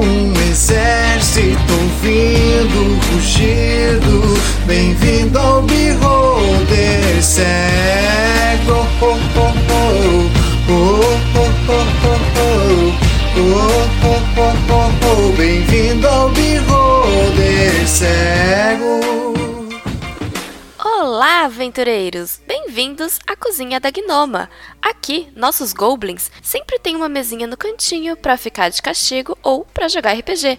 um exército ouvindo o rugido. Bem-vindo ao Beholder Cego. Oh, oh, oh. Oh, oh, oh, oh, oh. Oh, oh, oh, oh, oh. Bem-vindo ao Beholder Cego. Olá, aventureiros! Bem-vindos à cozinha da Gnoma. Aqui, nossos goblins sempre tem uma mesinha no cantinho pra ficar de castigo ou pra jogar RPG.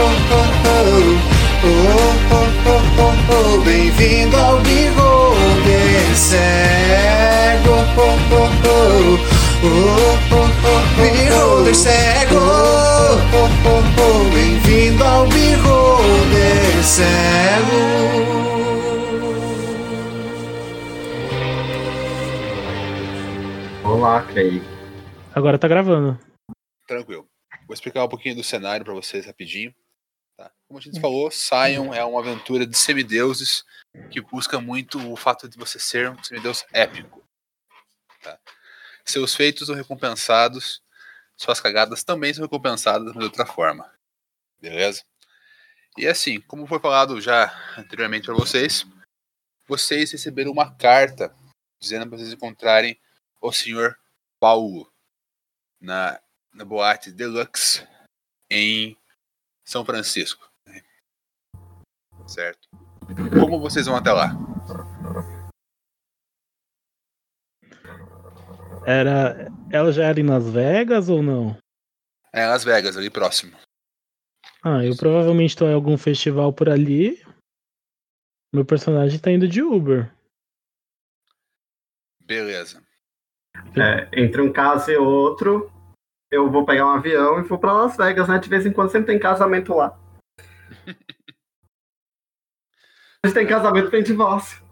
oh, oh, oh. Oh, oh, oh, oh, oh. Bem-vindo ao Beholder Cego. Oh, oh, oh. Oh, oh, oh, Beholder Cego. Oh, oh, oh. Bem-vindo ao Beholder Cego. Olá, Craig. Agora tá gravando. Tranquilo. Vou explicar um pouquinho do cenário para vocês rapidinho. tá? Como a gente falou, Sion é uma aventura de semideuses que busca muito o fato de você ser um semideus épico. tá? Seus feitos são recompensados, suas cagadas também são recompensadas, mas de outra forma. Beleza? E assim, como foi falado já anteriormente para vocês, vocês receberam uma carta dizendo para vocês encontrarem o senhor Paulo na na boate Deluxe em São Francisco. né? Certo? Como vocês vão até lá? Era. Ela já era em Las Vegas ou não? É Las Vegas, ali próximo. Ah, eu provavelmente tô em algum festival por ali. Meu personagem tá indo de Uber. Beleza. É, entre um caso e outro, eu vou pegar um avião e vou pra Las Vegas, né? De vez em quando sempre tem casamento lá. A gente tem casamento, tem divórcio.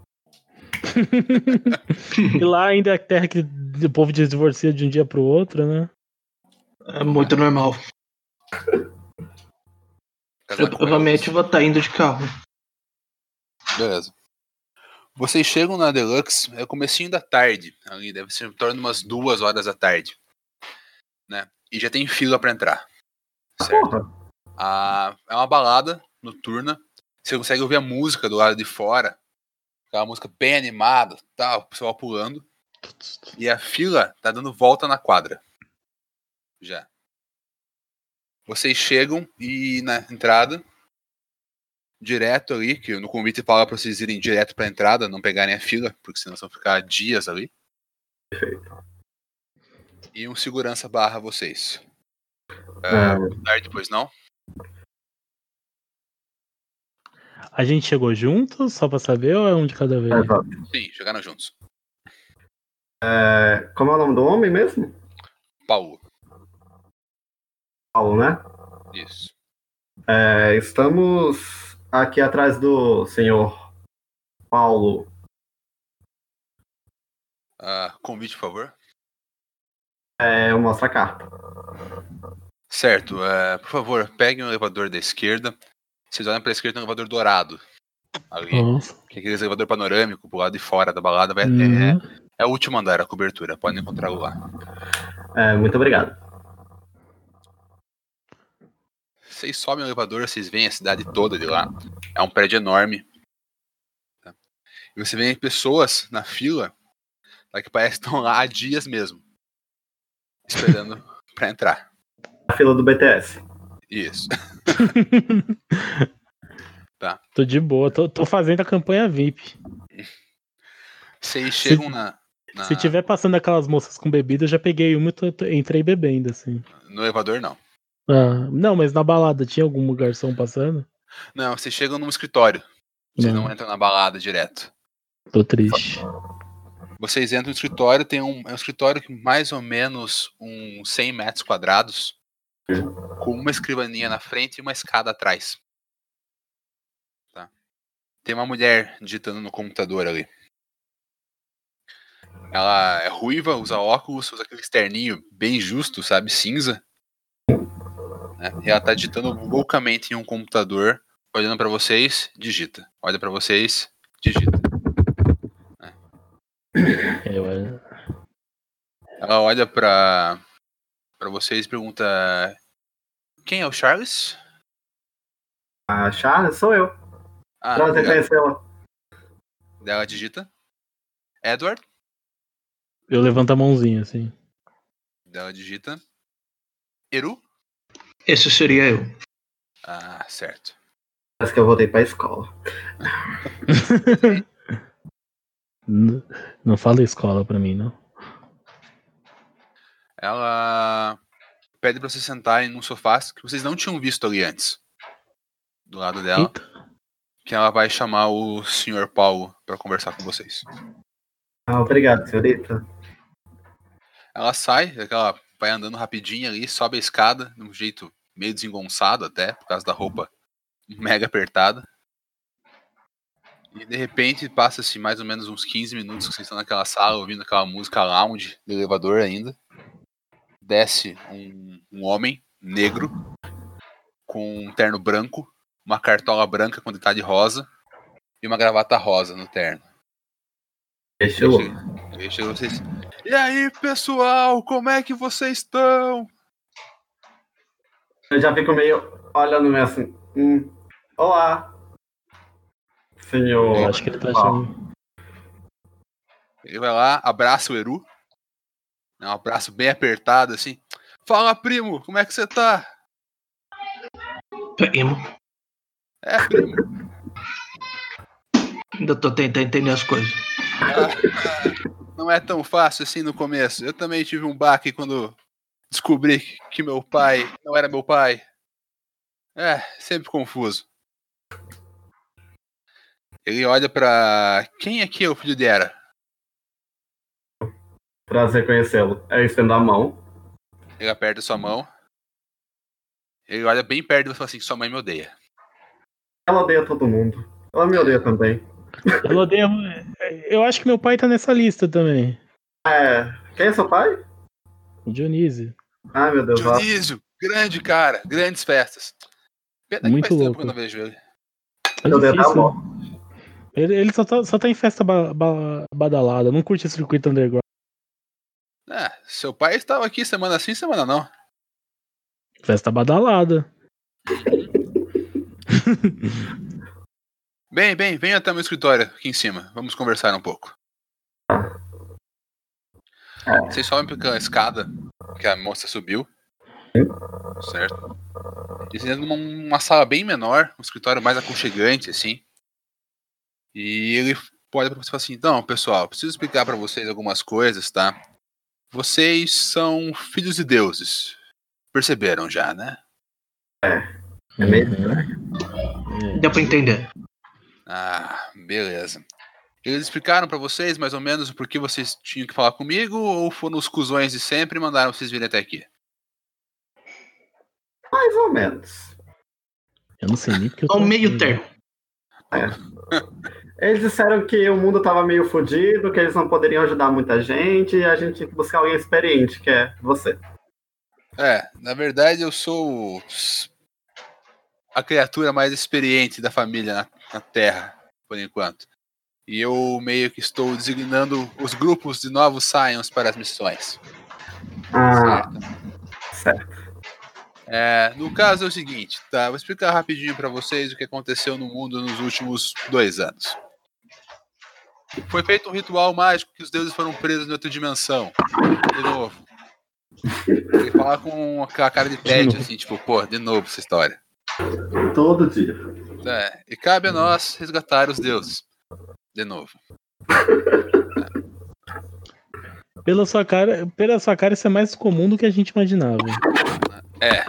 E lá ainda é a terra que o povo divorcia de um dia pro outro, né? É muito normal. Eu Casamento provavelmente vou estar indo de carro. assim. Beleza. Vocês chegam na Deluxe, é comecinho da tarde, ali deve ser em torno de umas duas horas da tarde, né? E já tem fila pra entrar. Certo? Porra, A- é uma balada noturna, você consegue ouvir a música do lado de fora, aquela música bem animada, tal, o pessoal pulando. E a fila tá dando volta na quadra. Já. Vocês chegam e na entrada, direto ali, que no convite fala pra vocês irem direto pra entrada, não pegarem a fila, porque senão vocês vão ficar dias ali. perfeito. E um segurança barra vocês. É. É, tarde depois não? A gente chegou junto, só pra saber, ou é um de cada vez? Exato. Sim, chegaram juntos. É, como é o nome do homem mesmo? Paulo, Paulo, né? isso. É, estamos aqui atrás do senhor Paulo. Ah, convite, por favor. É, eu mostro a carta. Certo, é, por favor, peguem o elevador da esquerda. Vocês olham para a esquerda, tem um elevador dourado. Ali, Nossa. que é aquele elevador panorâmico pro lado de fora da balada. Vai, é, Uhum. Uhum. é o último andar, a cobertura. Podem encontrar lá. É, muito obrigado. Vocês sobem o elevador, vocês veem a cidade toda de lá. É um prédio enorme. tá? E você vê pessoas na fila tá, que parece que estão lá há dias mesmo. Esperando para entrar. A fila do BTS. Isso. Tô de boa, tô, tô fazendo a campanha VIP. Vocês chegam na, na- Se tiver passando aquelas moças com bebida, eu já peguei uma e tô- tô- entrei bebendo, assim. no elevador, não. Ah, não, mas na balada tinha algum garçom passando? Não, vocês chegam num escritório. Vocês não entram na balada direto. Tô triste. Vocês entram no escritório, tem um, é um escritório que mais ou menos uns 100 metros quadrados, com uma escrivaninha na frente e uma escada atrás. Tá. Tem uma mulher digitando no computador ali. Ela é ruiva, usa óculos, usa aquele externinho bem justo, sabe, cinza. Né? E ela tá digitando loucamente em um computador, olhando pra vocês, digita. Olha pra vocês, digita. É, ué. Ela olha pra, pra vocês e pergunta: Quem é o Charles? A Charles sou eu. Ah, Prazer obrigado. conhecê-la. Daí Ela digita: Edward. Eu levanto a mãozinha, assim. Daí Ela digita: Eru. Esse seria eu. Ah, certo. Parece que eu voltei pra escola. N- Não fala escola pra mim, não. Ela pede pra vocês sentarem num sofá que vocês não tinham visto ali antes. Do lado dela, Eita. que ela vai chamar o Sr. Paulo pra conversar com vocês. Ah, obrigado, senhorita. Ela sai, ela vai andando rapidinho ali, sobe a escada, de um jeito meio desengonçado até, por causa da roupa mega apertada. E de repente passa-se mais ou menos uns 15 minutos que vocês estão naquela sala, ouvindo aquela música lounge do elevador ainda. Desce um, um homem negro com um terno branco, uma cartola branca com detalhe rosa e uma gravata rosa no terno. Deixa eu. Ele chega e vocês. E aí, pessoal, como é que vocês estão? Eu já fico meio olhando meio assim. Hum. Olá. Senhor. Eu acho que ele tá achando. Ele vai lá, abraça o Eru. É um abraço bem apertado, assim. Fala, primo, como é que você tá? Primo. É, primo. Ainda tô tentando entender as coisas. tá, Não é tão fácil assim no começo. Eu também tive um baque quando descobri que meu pai não era meu pai. É, sempre confuso. Ele olha pra. Quem aqui é o filho de Era? Prazer conhecê-lo. Eu estendo a mão. Ele aperta sua mão. Ele olha bem perto e fala assim: Sua mãe me odeia. Ela odeia todo mundo. Ela me odeia também. Eu odeio. Eu acho que meu pai tá nessa lista também. É. Quem é seu pai? O Dionísio. Ai, meu Deus. ó. Dionísio, grande cara, grandes festas. Pena Muito que faz tempo louco. que eu não vejo ele. Tá Meu Deus, tá difícil, bom. né? Ele, ele só, tá, só tá em festa ba- ba- badalada, não curte circuito underground. Ah, seu pai estava aqui semana sim, semana não. Festa badalada. Bem, bem, venha até meu escritório aqui em cima. Vamos conversar um pouco. Vocês sobem pela escada que a moça subiu. Certo. E vocês entram numa uma sala bem menor, um escritório mais aconchegante, assim. E ele olha pra você e fala assim: então, pessoal, preciso explicar pra vocês algumas coisas, tá? Vocês são filhos de deuses. Perceberam já, né? É meio Uhum. Deu pra entender. Ah, beleza. Eles explicaram pra vocês mais ou menos por que vocês tinham que falar comigo ou foram os cuzões de sempre e mandaram vocês virem até aqui? Mais ou menos. Eu não sei nem porque eu Só tô um meio aqui. né? termo. Eles disseram que o mundo tava meio fodido, que eles não poderiam ajudar muita gente, e a gente tinha que buscar alguém experiente, que é você. É, na verdade eu sou o- a criatura mais experiente da família na, na Terra, por enquanto. E eu meio que estou designando os grupos de novos Scions para as missões. Ah, Certo? certo. É, no caso é o seguinte, tá? Vou explicar rapidinho para vocês o que aconteceu no mundo nos últimos dois anos. Foi feito um ritual mágico que os deuses foram presos em outra dimensão. De novo. Ele fala com aquela cara de tédio, assim, tipo, pô, de novo essa história. Todo dia. É, e cabe a nós resgatar os deuses. De novo. Pela sua cara, pela sua cara, isso é mais comum do que a gente imaginava. É,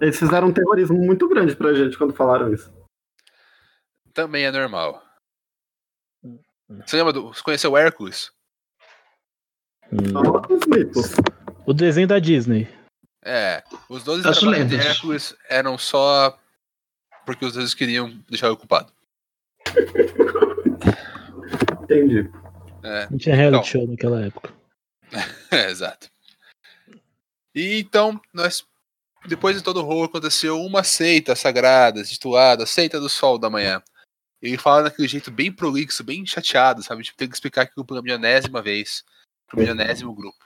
Eles fizeram um terrorismo muito grande pra gente quando falaram isso. também é normal. Você lembra do. Você conheceu o Hércules? Hum. Fala dos mitos. O desenho da Disney. É. Os 12 As trabalhos de lendas. Hércules eram só porque os deuses queriam deixar ele ocupado. Entendi. É, Não tinha reality Então, show naquela época. É, exato. E então, nós. Depois de todo o rolo, aconteceu uma seita sagrada, intitulada Seita do Sol da Manhã. Ele fala daquele jeito bem prolixo, bem chateado, sabe? Tipo, tem que explicar aquilo pela milionésima vez, pro milionésimo grupo.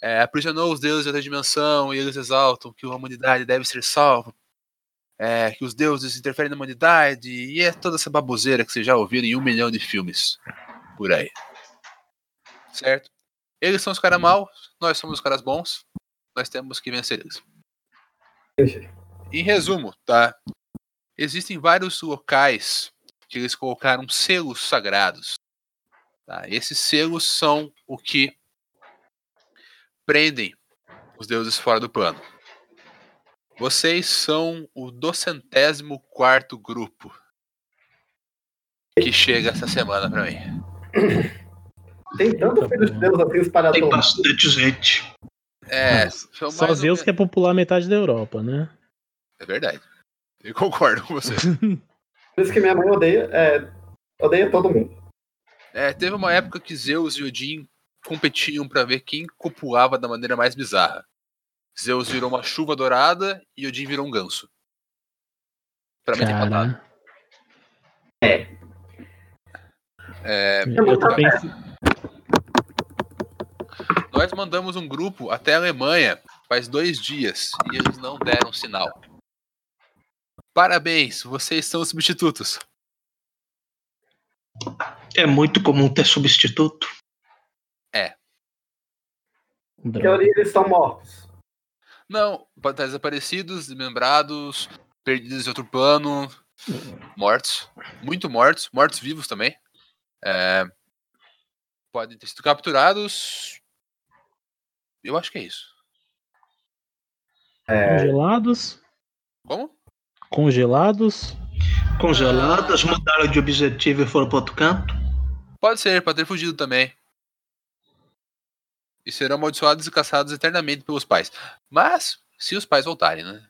É, aprisionou os deuses de outra dimensão e eles exaltam que a humanidade deve ser salva. É, que os deuses interferem na humanidade e é toda essa baboseira que vocês já ouviram em um milhão de filmes por aí. Certo? Eles são os Uhum. caras maus, nós somos os caras bons, nós temos que vencer eles. Em resumo, tá? Existem vários locais que eles colocaram selos sagrados. tá? Esses selos são o que prendem os deuses fora do plano. Vocês são o docentésimo quarto grupo que chega essa semana pra mim. Tem tanto filho de Deus assim espalhado. Tem bastante gente. É, Nossa, são Só mais ou Zeus menos- quer popular metade da Europa, né? É verdade. Eu concordo com você. Por isso que minha mãe odeia, é, odeia todo mundo. É, teve uma época que Zeus e Odin competiam pra ver quem copulava da maneira mais bizarra. Zeus virou uma chuva dourada e Odin virou um ganso. Pra mim, tem empatado. Cara. É, Eu tô pensando. nós mandamos um grupo até a Alemanha faz dois dias e eles não deram sinal. Parabéns, vocês são os substitutos. É muito comum ter substituto. Em Droga. teoria, eles estão mortos. Não, pode estar desaparecidos, desmembrados, perdidos em outro plano, mortos, muito mortos, mortos vivos também. É, podem ter sido capturados. Eu acho que é isso. É, Congelados. Como? Congelados. Congeladas, mudaram de objetivo e foram para outro canto. Pode ser, pode ter fugido também. E serão amaldiçoados e caçados eternamente pelos pais. Mas, se os pais voltarem, né?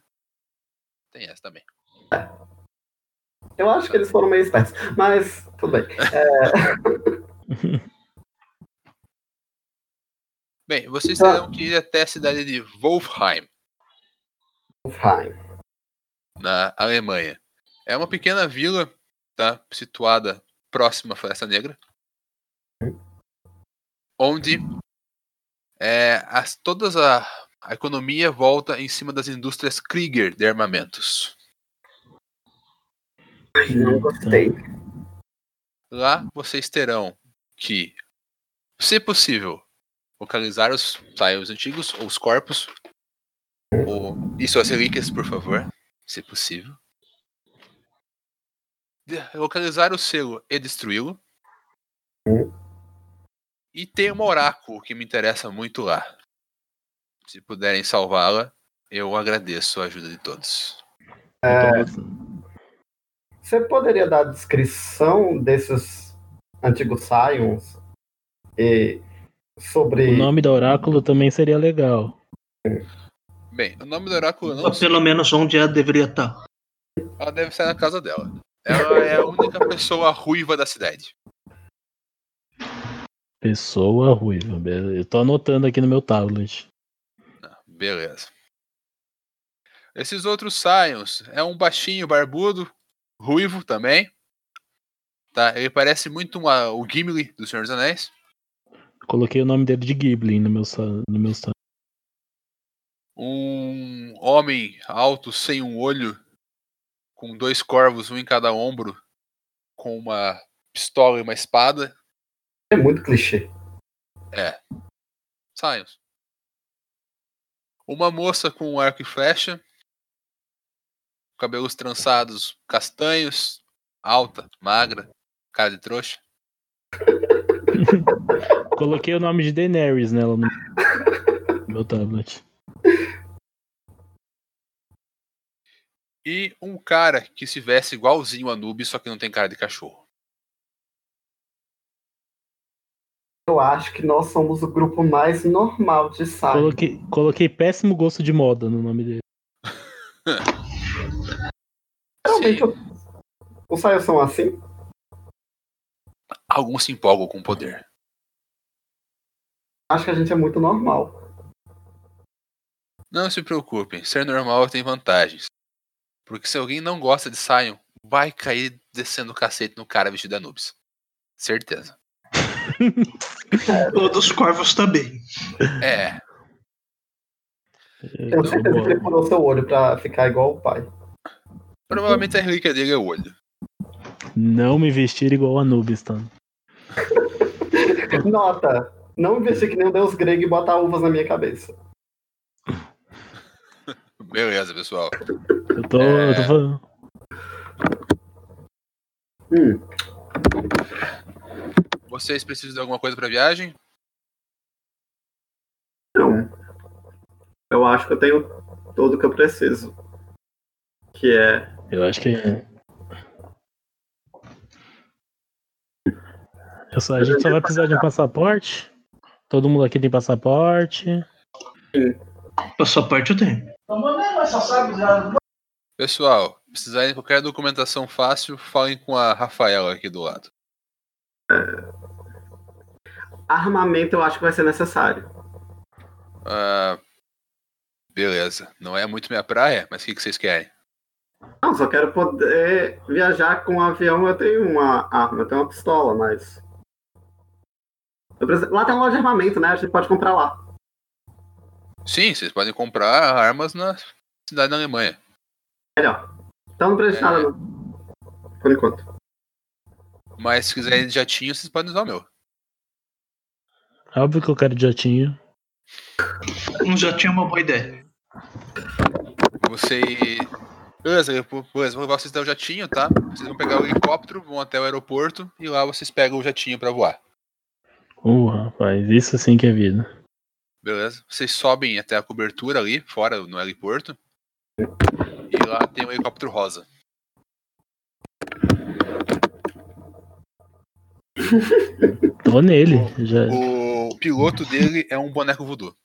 Tem essa também. Eu acho que eles foram meio espertos, mas tudo bem. Bem, vocês Tá. terão que ir até a cidade de Wolfheim. Fine. na Alemanha. É uma pequena vila, tá? Situada próxima à Floresta Negra. Onde é, as, todas a, a economia volta em cima das indústrias Krieger de armamentos. Não gostei. Lá vocês terão que, se possível, localizar os tiles antigos ou os corpos. Ou, e suas relíquias, por favor, se possível. De- Localizar o selo e destruí-lo. E tem um oráculo que me interessa muito lá. Se puderem salvá-la, eu agradeço a ajuda de todos. Eu tô pensando. Você poderia dar a descrição desses antigos Scions e O sobre. nome do oráculo também seria legal. Bem, o nome do oráculo não Ou pelo menos onde ela deveria tá. estar. Ela deve sair na casa dela. Ela é a única pessoa ruiva da cidade. Pessoa ruiva, beleza. Eu tô anotando aqui no meu tablet. Ah, Beleza. Esses outros Scions é um baixinho barbudo, ruivo também. Tá, ele parece muito uma- o Gimli do Senhor dos Anéis. Coloquei o nome dele de Ghibli no meu, sa- no meu sa- Um homem alto sem um olho, com dois corvos, um em cada ombro, com uma pistola e uma espada. É muito clichê. Scions. Uma moça com um arco e flecha, cabelos trançados castanhos, alta, magra, cara de trouxa. Coloquei o nome de Daenerys nela no no meu tablet. E um cara que se veste igualzinho a Noob, só que não tem cara de cachorro. Eu acho que nós somos o grupo mais normal de Simon. Coloquei, coloquei péssimo gosto de moda no nome dele. Geralmente Sim, eu- os Saios são assim. alguns se empolgam com o poder. Acho que a gente é muito normal. Não se preocupem, ser normal tem vantagens. Porque se alguém não gosta de Sion, vai cair descendo o cacete no cara vestido da Noobs. Certeza. Ou dos corvos também. É, Eu Tenho tô certeza que ele boa. furou seu olho pra ficar igual o pai. provavelmente a relíquia dele é o olho. Não me vestir igual a Anubis, tá? Nota! Não investir que nem o deus grego e botar uvas na minha cabeça. Beleza, pessoal. Eu tô, É. eu tô falando. Hum, Vocês precisam de alguma coisa pra viagem? não. Eu acho que eu tenho tudo que eu preciso. Que é. Eu acho que. Eu É só- a gente só vai precisar de um passaporte. Todo mundo aqui tem passaporte. Passaporte eu tenho. Pessoal, precisarem de qualquer documentação fácil, falem com a Rafaela aqui do lado. Armamento eu acho que vai ser necessário. Ah, beleza. Não é muito minha praia, mas o que, que vocês querem? Não, só quero poder viajar com um avião. Eu tenho uma arma, eu tenho uma pistola, mas. Eu preciso- Lá tem loja de armamento, né? A gente pode comprar lá. Sim, vocês podem comprar armas na cidade da Alemanha. Melhor. Então não precisa de nada, não. Por enquanto. Mas se quiserem de jatinho, vocês podem usar o meu. É Óbvio que eu quero jatinho. Um já tinha uma boa ideia. Você. Beleza, eu vou- beleza, vou levar vocês até o jatinho, tá? Vocês vão pegar o helicóptero, vão até o aeroporto e lá vocês pegam o jatinho pra voar. Uh, rapaz, isso sim que é vida. Beleza? Vocês sobem até a cobertura ali, fora no heliporto. E lá tem um helicóptero rosa. Tô nele. Já... O piloto dele é um boneco voodoo.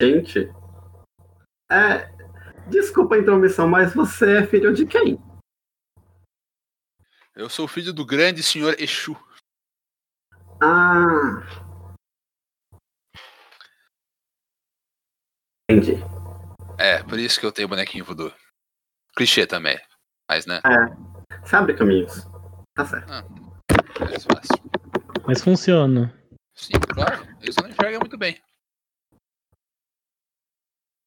Gente. É. Desculpa a intromissão, mas você é filho de quem? Eu sou filho do grande senhor Exu. Ah. Entendi. É, por isso que eu tenho bonequinho voodoo. Clichê também. Mas, né? Você abre caminhos. Tá certo. É mais fácil. Mas funciona. Sim, claro. Eles não enxergam muito bem.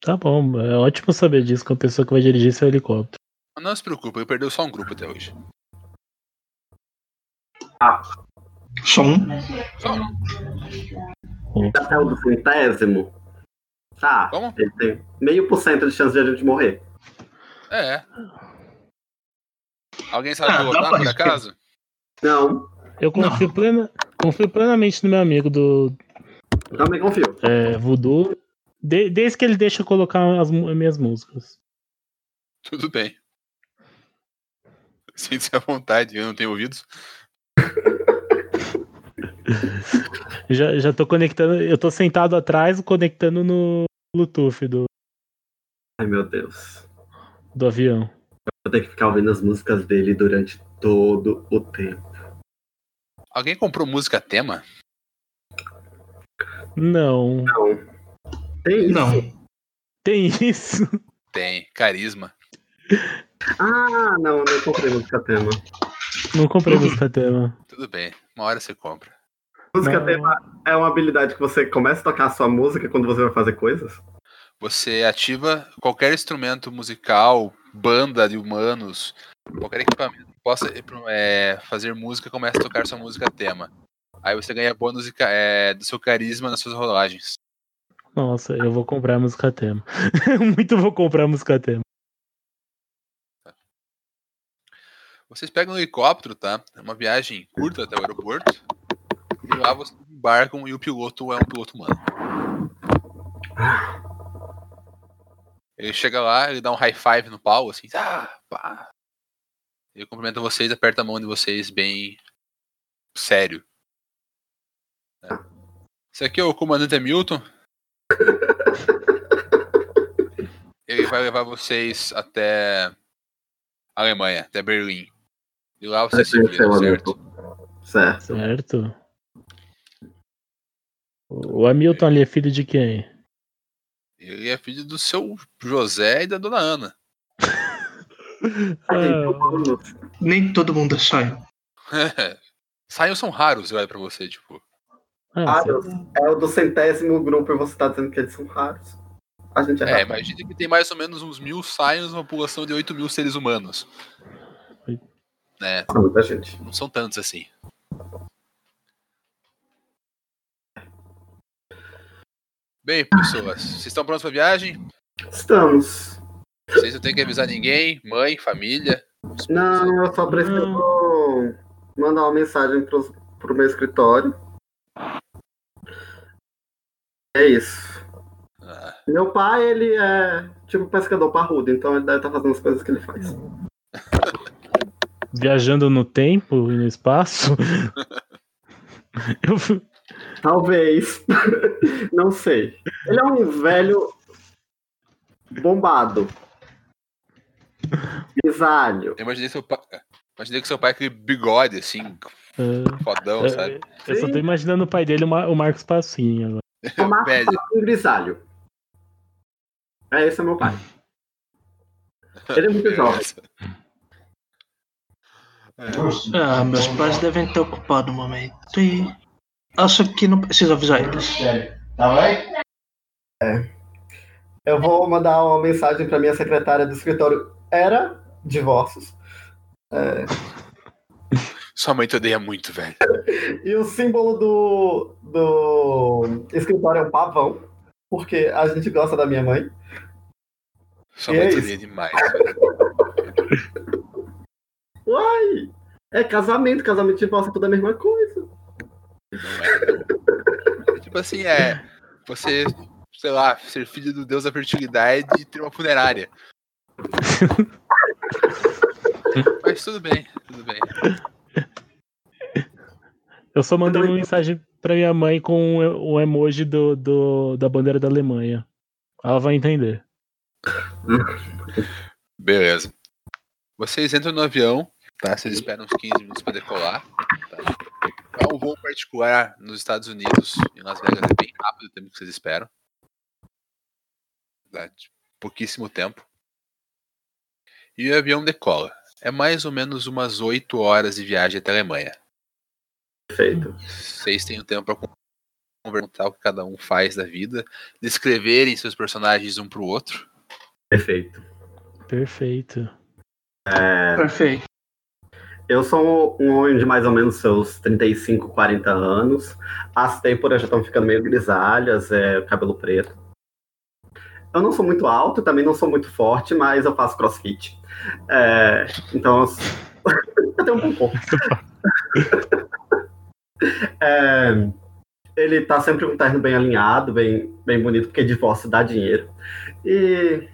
Tá bom, é ótimo saber disso com a pessoa que vai dirigir seu helicóptero. Mas Não se preocupe, eu perdi só um grupo até hoje. Só um. Só um. Até o do centésimo. Tá. Como? Ele tem meio por cento de chance de a gente morrer. É. Alguém sabe Ah, dá pilotar, pra por respirar. acaso? Não, Eu confio, plena... confio plenamente no meu amigo do também Então confio. é, Voodoo. de- Desde que ele deixa eu colocar as mu- minhas músicas. Tudo bem. Sinta-se à vontade, eu não tenho ouvidos. Já, já tô conectando. Eu tô sentado atrás, conectando no Bluetooth do, Ai, meu Deus. do avião. Vou ter que ficar ouvindo as músicas dele durante todo o tempo. Alguém comprou música tema? Não. Não. Tem isso. Não. Tem isso? Tem. Carisma. Ah, não, eu não comprei música tema. Não comprei música tema. Tudo bem. Uma hora você compra. Música Não. tema é uma habilidade que você começa a tocar a sua música quando você vai fazer coisas? Você ativa qualquer instrumento musical, banda de humanos, qualquer equipamento que possa é, fazer música, começa a tocar sua música tema. Aí você ganha bônus de ca- é, do seu carisma nas suas rolagens. Nossa, eu vou comprar música tema. Muito vou comprar música tema. Vocês pegam um helicóptero, tá? É uma viagem curta até o aeroporto. E lá vocês embarcam e o piloto é um piloto humano. Ele chega lá, ele dá um high five no pau, assim, ah, pá. Ele cumprimenta vocês, aperta a mão de vocês bem sério. Né? Esse aqui é o comandante Hamilton. Ele vai levar vocês até Alemanha, até Berlim. E lá vocês se Reconheceu, viram, certo? Certo. Certo? O Hamilton ali é filho de quem? Ele é filho do seu José e da dona Ana. Ah, tem Ah, bônus. Nem todo mundo é sonho. Saiam são raros, eu olho pra você, tipo. ah, sim. raros. É o do centésimo grupo e você tá dizendo que eles são raros. A gente é, É, raro. imagina que tem mais ou menos uns mil Saiyans numa população de 8 mil seres humanos. Oi. Né, São muita gente. não são tantos assim. Bem, pessoas, vocês estão prontos pra viagem? Estamos. Vocês não têm que avisar ninguém? Mãe, família? esposa. Não, eu só preciso mandar uma mensagem pros, pro meu escritório. É isso. Ah, Meu pai, ele é tipo pescador parrudo, então ele deve estar fazendo as coisas que ele faz. Viajando no tempo e no espaço? Eu fui- Talvez. Não sei. Ele é um velho bombado. Grisalho. eu imaginei, seu pa... imaginei que seu pai é aquele bigode, assim, ah, fodão, sabe? eu, eu só tô imaginando o pai dele, o, Mar o Marcos Passinho. agora. É um Marcos Velho. Passinho grisalho. É, esse é meu pai. Ele é muito jovem. Ah, meus pais devem estar ocupados no momento. E acho que não preciso avisar eles. Eu vou mandar uma mensagem para minha secretária do escritório. Era divórcios. Sua mãe te odeia muito, velho. E o símbolo do, do escritório é um pavão. Porque a gente gosta da minha mãe. Sua Que é mãe te isso? odeia demais, velho. Uai! É casamento, casamento e divórcio é tudo a mesma coisa. Não é, não. tipo assim, é. Você, sei lá, ser filho do deus da fertilidade e ter uma funerária. Mas tudo bem, tudo bem. Eu só mandei uma mensagem pra minha mãe com o emoji do, do- da bandeira da Alemanha. Ela vai entender. Beleza. Vocês entram no avião, tá? Vocês esperam uns 15 minutos pra decolar. Tá? É um voo particular nos Estados Unidos, em Las Vegas, é bem rápido o tempo que vocês esperam. Tá? Tipo, Pouquíssimo tempo. E o avião decola. É mais ou menos umas 8 horas de viagem até a Alemanha. Perfeito. vocês têm o tempo para conversar o que cada um faz da vida, descreverem seus personagens um pro outro. Perfeito. É, Perfeito. Perfeito. Eu sou um homem de mais ou menos seus 35, 40 anos. As têmporas já estão ficando meio grisalhas, é, cabelo preto. Eu não sou muito alto, também não sou muito forte, mas eu faço crossfit. É, então, eu s- eu tenho um pouco. É, ele tá sempre com um terno bem alinhado, bem, bem bonito, porque divórcio dá dinheiro. E,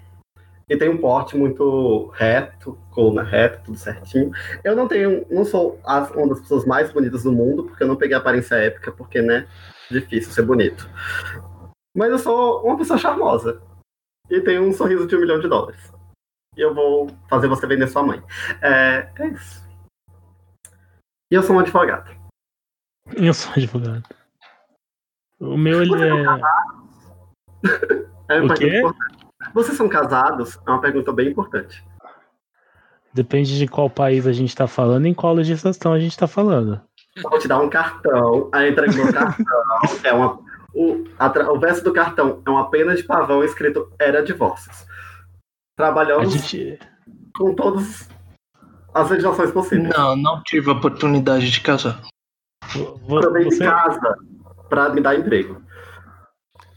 e tem um porte muito reto, coluna reta, tudo certinho. Eu não tenho, não sou as- uma das pessoas mais bonitas do mundo, porque eu não peguei a aparência épica, porque, né? difícil ser bonito. Mas eu sou uma pessoa charmosa. E tenho um sorriso de um milhão de dólares. E eu vou fazer você vender sua mãe. É, é isso. E eu sou um advogado. Eu sou advogado. O meu, ele é. É uma O quê? pergunta importante. Vocês são casados? É uma pergunta bem importante. Depende de qual país a gente tá falando e em qual legislação a gente tá falando. Eu vou te dar um cartão, aí entrega meu cartão. é uma, o, a tra- o verso do cartão é uma pena de pavão escrito era divórcios. A Trabalhamos gente. com todas as legislações possíveis. Não, não tive a oportunidade de casar. vo- vo- Também de Você, casa, pra me dar emprego.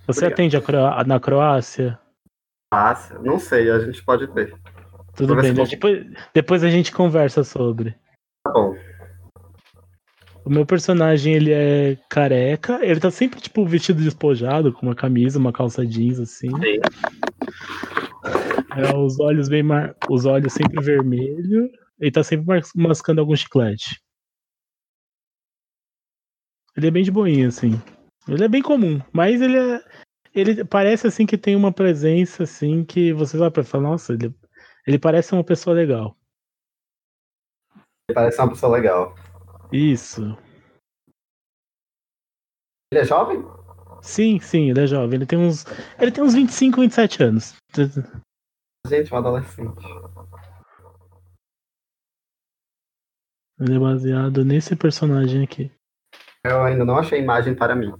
você atende a Croá- na Croácia? Fácil, não sei, a gente pode ver. Tudo bem, né? Conversa depois, depois a gente conversa sobre. Tá bom. O meu personagem, ele é careca, ele tá sempre, tipo, vestido despojado, com uma camisa, uma calça jeans, assim. Sim. É, os olhos bem mar... os olhos sempre vermelho, ele tá sempre mar- mascando algum chiclete. Ele é bem de boinha, assim. Ele é bem comum, mas ele é... Ele parece, assim, que tem uma presença, assim, que você vai pra falar, nossa, ele... ele parece uma pessoa legal. Parece uma pessoa legal. Isso. Ele é jovem? Sim, sim, ele é jovem. Ele tem uns. Ele tem uns 25, 27 anos. Gente, um adolescente. Ele é baseado nesse personagem aqui. Eu ainda não achei imagem para mim.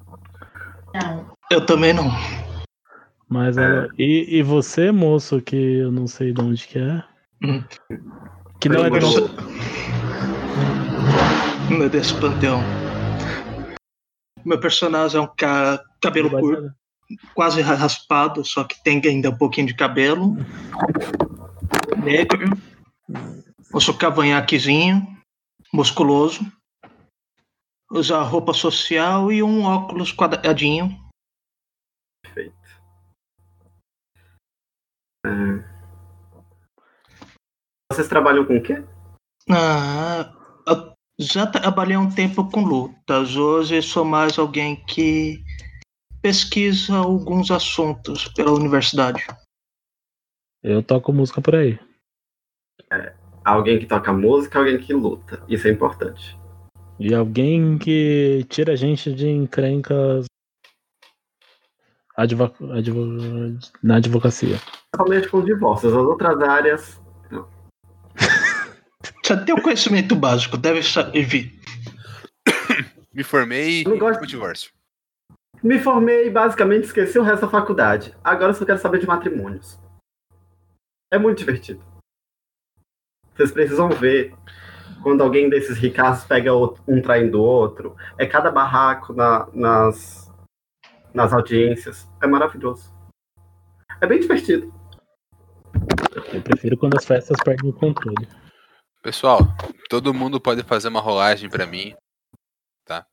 Eu também não. Mas É. ela- e, e você, moço, que eu não sei de onde que é. Hum. Que não é Eu do sou- Não é desse panteão. Meu personagem é um cara cabelo curto. baseado- quase ra- raspado, só que tem ainda um pouquinho de cabelo. Negro. Usa o cavanhaquezinho, musculoso. Usa roupa social e um óculos quadradinho. Perfeito. É. Vocês trabalham com o quê? Ah, eu já trabalhei um tempo com lutas. Hoje sou mais alguém que pesquisa alguns assuntos pela universidade. Eu toco música por aí. Alguém que toca música, alguém que luta. Isso é importante. E alguém que tira a gente de encrencas advo- advo- na advocacia. Principalmente com divórcios. As outras áreas. Já tem o conhecimento básico, deve saber. Me formei Eu em gosto- multiverso. Me formei e basicamente esqueci o resto da faculdade. Agora eu só quero saber de matrimônios. É muito divertido. Vocês precisam ver quando alguém desses ricaços pega outro- um traindo o outro. É cada barraco na- nas, nas audiências. É maravilhoso. É bem divertido. Eu prefiro quando as festas perdem o controle. Pessoal, todo mundo pode fazer uma rolagem pra mim, tá?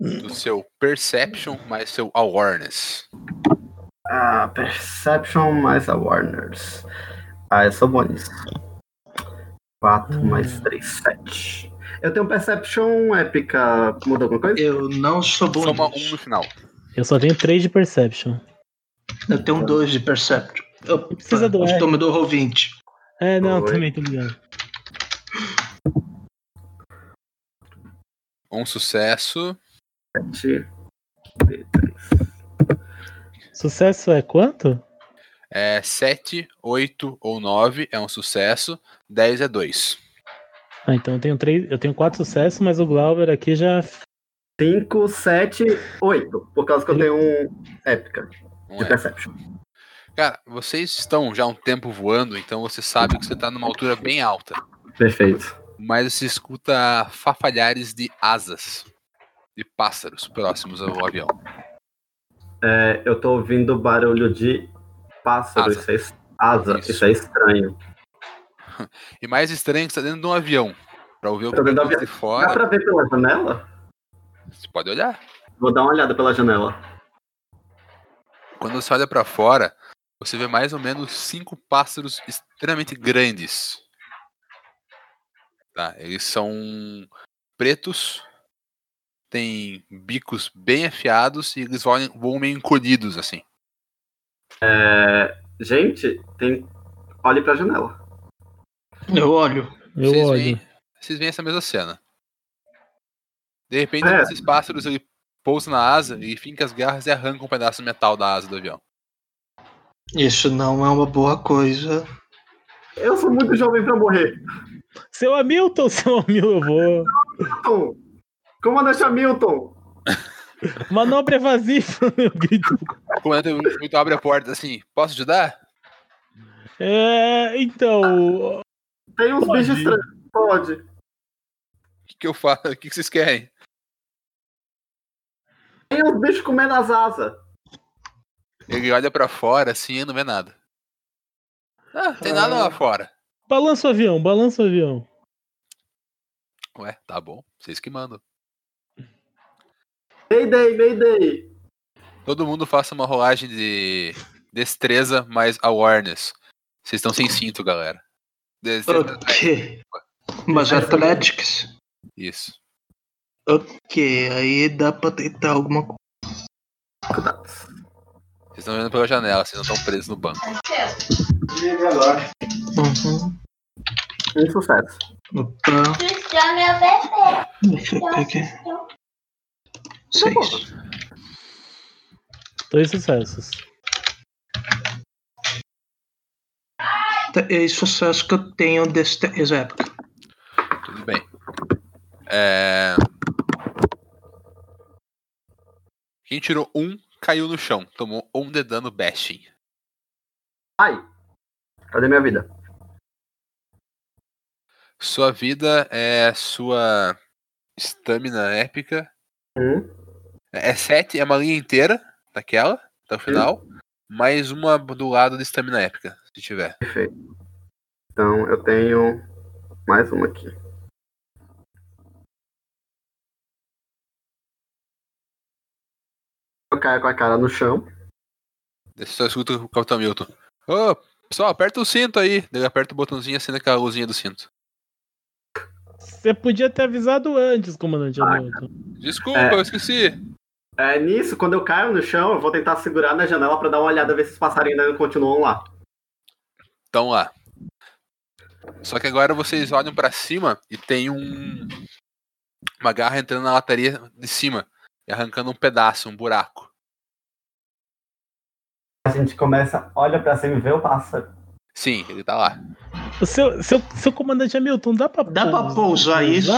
Do Hum. seu Perception mais seu Awareness. Ah, Perception mais Awareness. Ah, eu sou bom nisso. 4 mais 3, 7. Eu tenho Perception épica. Muda alguma coisa? Eu não sou bom Soma um nisso. no final. Eu só tenho 3 de perception. Eu tenho dois de Percept. Eu, Precisa do eu R. estou me do roll 20. É, não, Oi. também tô ligado. Um sucesso. 7. Sucesso é quanto? É 7, 8 ou 9 é um sucesso. 10 é 2. Ah, então eu tenho três, eu tenho quatro sucessos, mas o Glauber aqui já 5, 7, 8. Por causa que eu tenho um épica Não de é. Perception. Cara, vocês estão já há um tempo voando, então você sabe que você tá numa altura bem alta. Perfeito. Mas você escuta fafalhares de asas de pássaros próximos ao avião. É, eu tô ouvindo barulho de pássaro. Asa. Isso é, es- asa. Isso. Isso. é estranho. E mais estranho é que você tá dentro de um avião. Pra ouvir o Tá dentro do que de Dá fora, pra ver pela janela? você pode olhar. Vou dar uma olhada pela janela. Quando você olha pra fora, você vê mais ou menos cinco pássaros extremamente grandes. Tá? Eles são pretos, têm bicos bem afiados e eles voam, voam meio encolhidos, assim. É, gente, tem. Olhe pra janela. Eu olho. Eu vocês olho. Veem, vocês veem essa mesma cena. De repente, É. esses pássaros ele pousa na asa e finca as garras e arranca um pedaço de metal da asa do avião. Isso não é uma boa coisa. Eu sou muito jovem pra morrer. Seu Hamilton, seu Hamilton, eu vou. Milton! Então, Comandante Hamilton! Manobra evasiva, eu grito. um, O comandante muito abre a porta assim: Posso ajudar? É, então, Tem uns Pode bichos ir. estranhos. Pode. O que, que eu faço? O que, que vocês querem? Tem uns bichos comendo as asas. Ele olha pra fora assim e não vê nada. Ah, tem nada lá fora. balança o avião, balança o avião. Ué, tá bom, vocês que mandam. Mayday, Mayday! Todo mundo faça uma rolagem de destreza mais awareness. Vocês estão sem cinto, galera. Destreza. Ok. Mas Athletics? Isso. Ok, aí dá pra tentar alguma coisa. Vocês estão vendo pela janela, vocês não estão presos no banco. Uhum. Um sucesso. Opa. Deixa eu ver aqui. Seis. Dois sucessos. Tá, É isso sucesso que eu tenho destreza épica. Tudo bem. É... Quem tirou um caiu no chão. Tomou um de dano bashing. Ai! Cadê minha vida? Sua vida é sua estamina épica. Hum. É é sete, é uma linha inteira daquela, até o final. Mais uma do lado da estamina épica, se tiver. Perfeito. Então eu tenho mais uma aqui. Eu caio com a cara no chão. Deixa eu só escuta o Capitão Milton. Ô, pessoal, aperta o cinto aí. Daí Ele aperta o botãozinho e acende aquela luzinha do cinto. Você podia ter avisado antes, comandante Hamilton. Desculpa, É. eu esqueci. É nisso, quando eu caio no chão, eu vou tentar segurar na janela pra dar uma olhada, ver se os passarinhos ainda continuam lá. Então lá. Só que agora vocês olham pra cima e tem um. Uma garra entrando na lataria de cima e arrancando um pedaço, um buraco. A gente começa, olha pra cima e vê o pássaro. Sim, ele tá lá. O Seu, seu, seu comandante Hamilton, dá pra Dá pra pousar isso?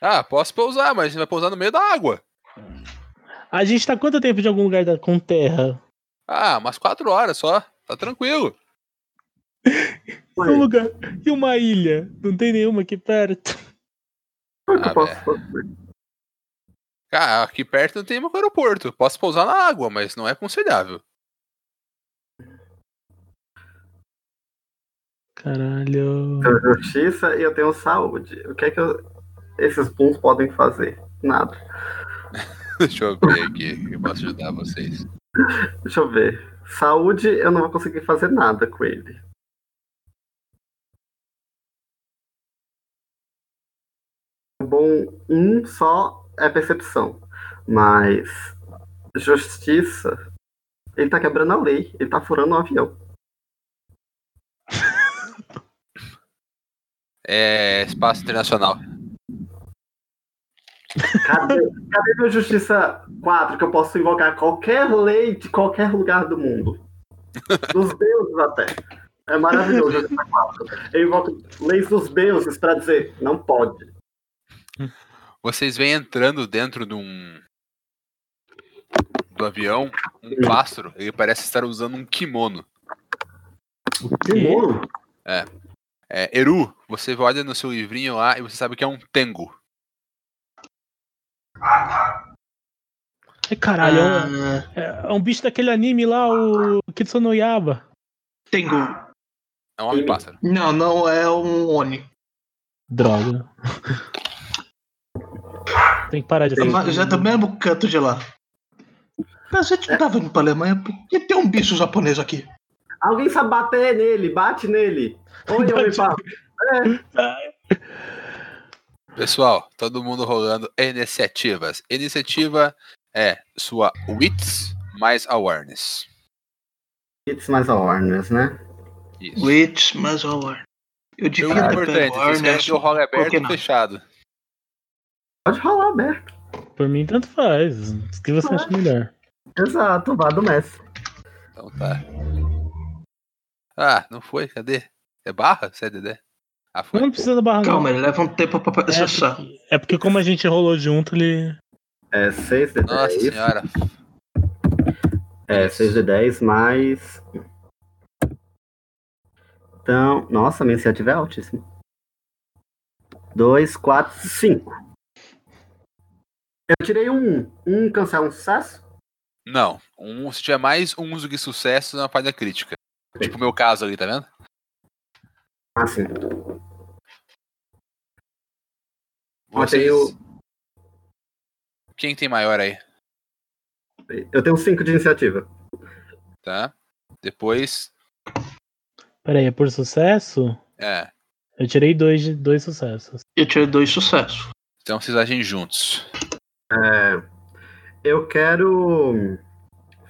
Ah, posso pousar, mas a gente vai pousar no meio da água. A gente tá quanto tempo de algum lugar da, com terra? Ah, umas quatro horas só. Tá tranquilo. Tem Um lugar. E uma ilha? Não tem nenhuma aqui perto. O que Ah, eu posso velho. fazer? Cara, aqui perto não tem um aeroporto. Posso pousar na água, mas não é aconselhável. Caralho. Eu tenho justiça e eu tenho saúde. O que é que eu- esses puns podem fazer? Nada. Deixa eu ver aqui que eu posso ajudar vocês. Deixa eu ver. Saúde, eu não vou conseguir fazer nada com ele. É Bom, um só é percepção. Mas justiça. Ele tá quebrando a lei. Ele tá furando o avião. É. Espaço Internacional. Cadê, cadê meu Justiça 4 que eu posso invocar qualquer lei de qualquer lugar do mundo? Dos deuses até. É maravilhoso, Justiça 4. Eu invoco leis dos deuses pra dizer, não pode. Vocês vêm entrando dentro de um. do avião. Um pássaro. Ele parece estar usando um kimono. Kimono? É, Eru, você olha no seu livrinho lá e você sabe que é um tengo. Ai, caralho. é um- Ah, É, é um bicho daquele anime lá, o Kitsuno Yaba. tenho. É um homem pássaro. Não, não é um Oni. Droga. tem que parar de É assistir. mais- Já é do mesmo canto de lá. Mas A gente não tá vindo pra Alemanha porque tem um bicho japonês aqui. Alguém sabe bater nele, bate nele. Olha, Bate. homem pá. Ai. Pessoal, todo mundo rolando iniciativas. Iniciativa é sua wits mais awareness. It's mais awareness, né? Isso. Witch, mas olha. Eu um devia Pergunta Então ter é importante, pego né? vocês querem Warner. que o rolo é Por aberto que ou não? fechado? Pode rolar aberto. Por mim, tanto faz. O que você acha melhor? Exato, vá do mestre. Então tá. Ah, não foi? Cadê? É barra? CDD? Ah, foi. Não precisa da barra, não. Calma, ele leva um tempo pra processar. É porque como a gente rolou junto, ele. É 6 de 10. Nossa senhora. É 6 de 10 mais. Então, nossa, minha iniciativa é altíssima. 2, 4, 5. Eu tirei um. Um cancela um sucesso? Não. Um, se tiver mais uns do que sucesso, é uma falha crítica. Tipo o meu caso ali, tá vendo? Ah, sim. Mas Vocês- eu- Quem tem maior aí? Eu tenho 5 de iniciativa. Tá? Depois. Peraí, é por sucesso? É. Eu tirei dois, de- dois sucessos. Eu tirei dois sucessos. Então vocês agem juntos. É, eu quero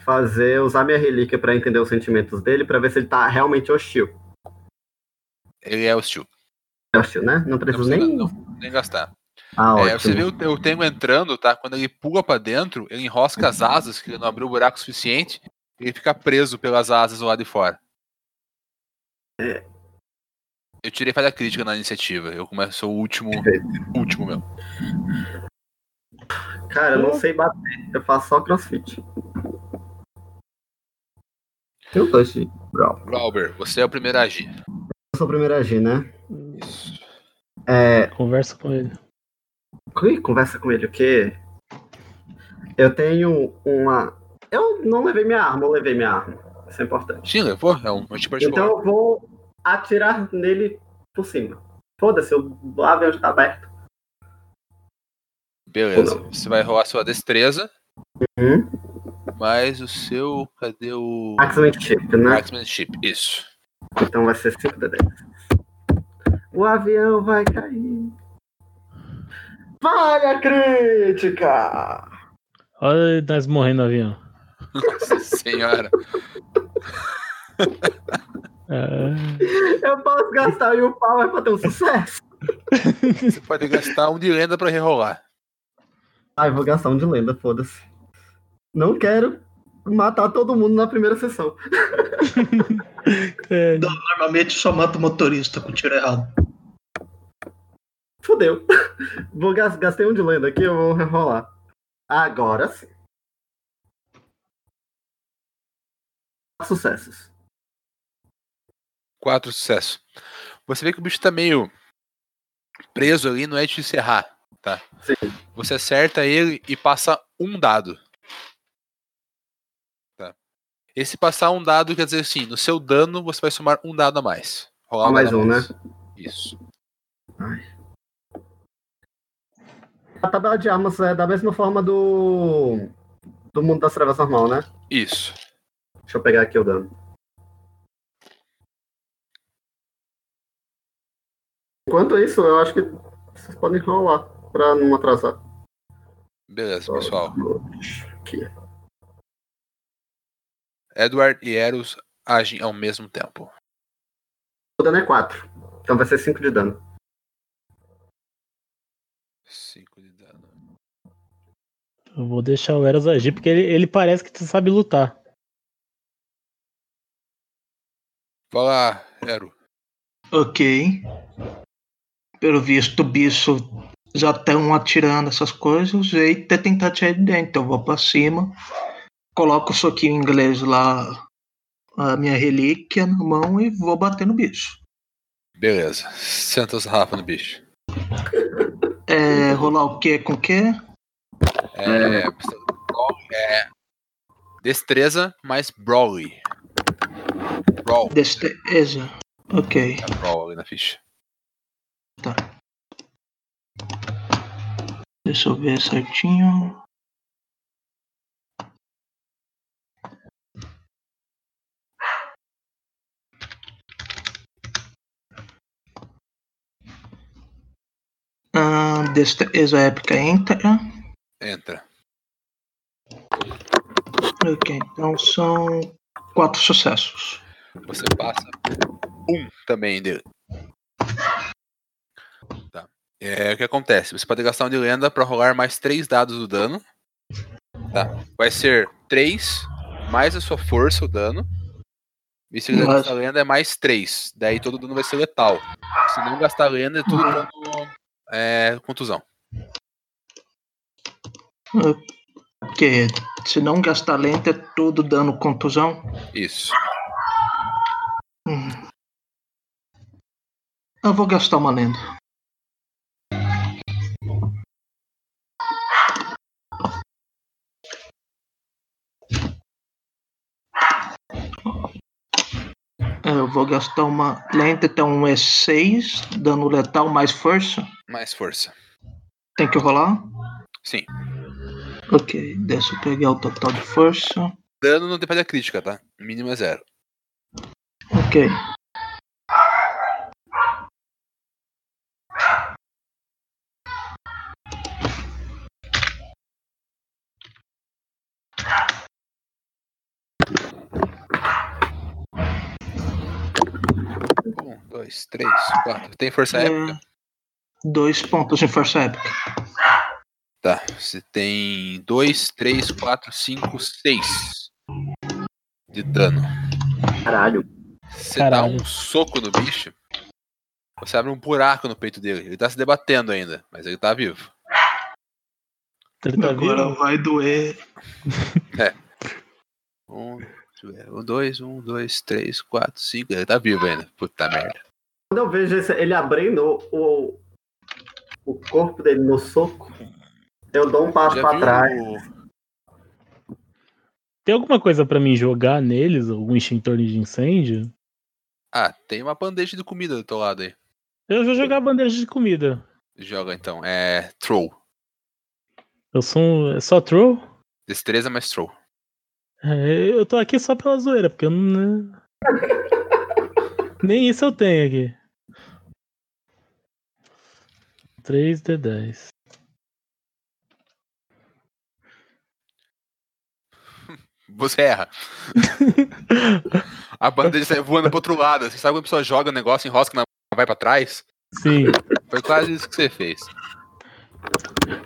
fazer usar minha relíquia pra entender os sentimentos dele, pra ver se ele tá realmente hostil. Ele é hostil. É hostil, né? Não Não preciso precisa nem. não, nem gastar. Ah, É, você ótimo. vê o, o Tengo entrando, tá? Quando ele pula pra dentro, ele enrosca Uhum. as asas, que ele não abriu o buraco suficiente, e ele fica preso pelas asas do lado de fora. É. Eu tirei falha crítica na iniciativa. Eu começo sou o último. Perfeito. último meu. Cara, eu não sei bater, eu faço só crossfit. Eu tô assim, bro. Glauber, você é o primeiro a agir. Eu sou o primeiro a agir, né? Isso. É. Conversa com ele. que- Conversa com ele, o quê? Eu tenho uma. Eu não levei minha arma, eu levei minha arma. Isso é importante. Sim, levou? É um anti Então eu vou atirar nele por cima. Foda-se, eu lá vejo tá aberto. Beleza. ou Você vai rolar sua destreza, um- Uhum. mais o seu. Cadê o. Axmanship, né? Marksmanship. Isso. Então vai ser 5 de 10. O avião vai cair. Falha crítica! Olha nós morrendo no avião. Nossa senhora. É... Eu posso gastar e o pau é pra ter um sucesso? Você pode gastar um de lenda pra rerolar. Ah, eu vou gastar um de lenda, foda-se. Não quero matar todo mundo na primeira sessão. É, Normalmente só mata o motorista com tiro errado. Fudeu. Vou gas- gastei um de lenda aqui, eu vou rerolar. Agora sim. Sucessos. Quatro sucessos. Você vê que o bicho tá meio preso ali, não é de encerrar. Tá? Sim. Você acerta ele e passa um dado. Tá. Esse passar um dado quer dizer assim: no seu dano você vai somar um dado a mais. Rolar Só mais dado a um, Isso. A tabela de armas é da mesma forma do. do mundo das trevas normal, né? Isso. Deixa eu pegar aqui o dano. Enquanto isso, eu acho que vocês podem rolar pra não atrasar. Beleza, pessoal. Aqui. Edward e Eros agem ao mesmo tempo. O dano é 4. Então vai ser 5 de dano. 5 de dano. eu vou deixar o Eros agir, porque ele, ele parece que tu sabe lutar. Vai lá, Ero. Ok. Pelo visto, o bicho já estão atirando essas coisas. O jeito é tentar tirar de dentro. Eu vou pra cima. Coloco isso aqui em inglês lá. A minha relíquia na mão e vou bater no bicho. Beleza. Senta os rafas no bicho. É, rolar o que com o que? É, é destreza mais brawly. Brawl. Destreza. é, Ok. É brawl ali na ficha. Deixa eu ver certinho. Ah, destreza épica entra. Entra. Ok, então são quatro sucessos. Você passa um também dele. Tá. É o que acontece. Você pode gastar um de lenda pra rolar mais três dados do dano. Tá. Vai ser três mais a sua força o dano. E se quiser Nossa. gastar lenda é mais três. Daí todo dano vai ser letal. Se não gastar lenda é tudo dano é, contusão. Porque se não gastar lenta, é todo dano contusão. Isso. Hum. Eu vou gastar uma lenda. Eu vou gastar uma lenda, então um E6, dano letal mais força. Mais força. Tem que rolar? Sim. Ok, deixa eu pegar o total de força. Dano não depende da crítica, tá? Mínimo é zero. Ok. Um, dois, três, quatro. Tem força É. épica? Dois pontos de força épica. Tá. Você tem dois, três, quatro, cinco, seis de dano. Caralho. Você dá Caralho. um soco no bicho, você abre um buraco no peito dele. Ele tá se debatendo ainda, mas ele tá vivo. Ele tá vivo? vai doer. Um, deixa eu ver. um, dois, um, dois, três, quatro, cinco. Ele tá vivo ainda. Puta merda. Quando eu vejo esse- ele abrindo o, o corpo dele no soco, eu dou um passo pra trás. o- Tem alguma coisa pra mim jogar neles? Algum extintor de incêndio? Ah, tem uma bandeja de comida do teu lado aí. Eu vou jogar bandeja de comida. Joga então. É troll. Eu sou um... é só troll? Destreza mais troll. É, eu tô aqui só pela zoeira, porque eu não. né? Nem isso eu tenho aqui. 3D10. Você erra. a bandeja sai voando pro outro lado. Você sabe quando a pessoa joga o negócio, enrosca na vai pra trás? Sim. Foi quase isso que você fez.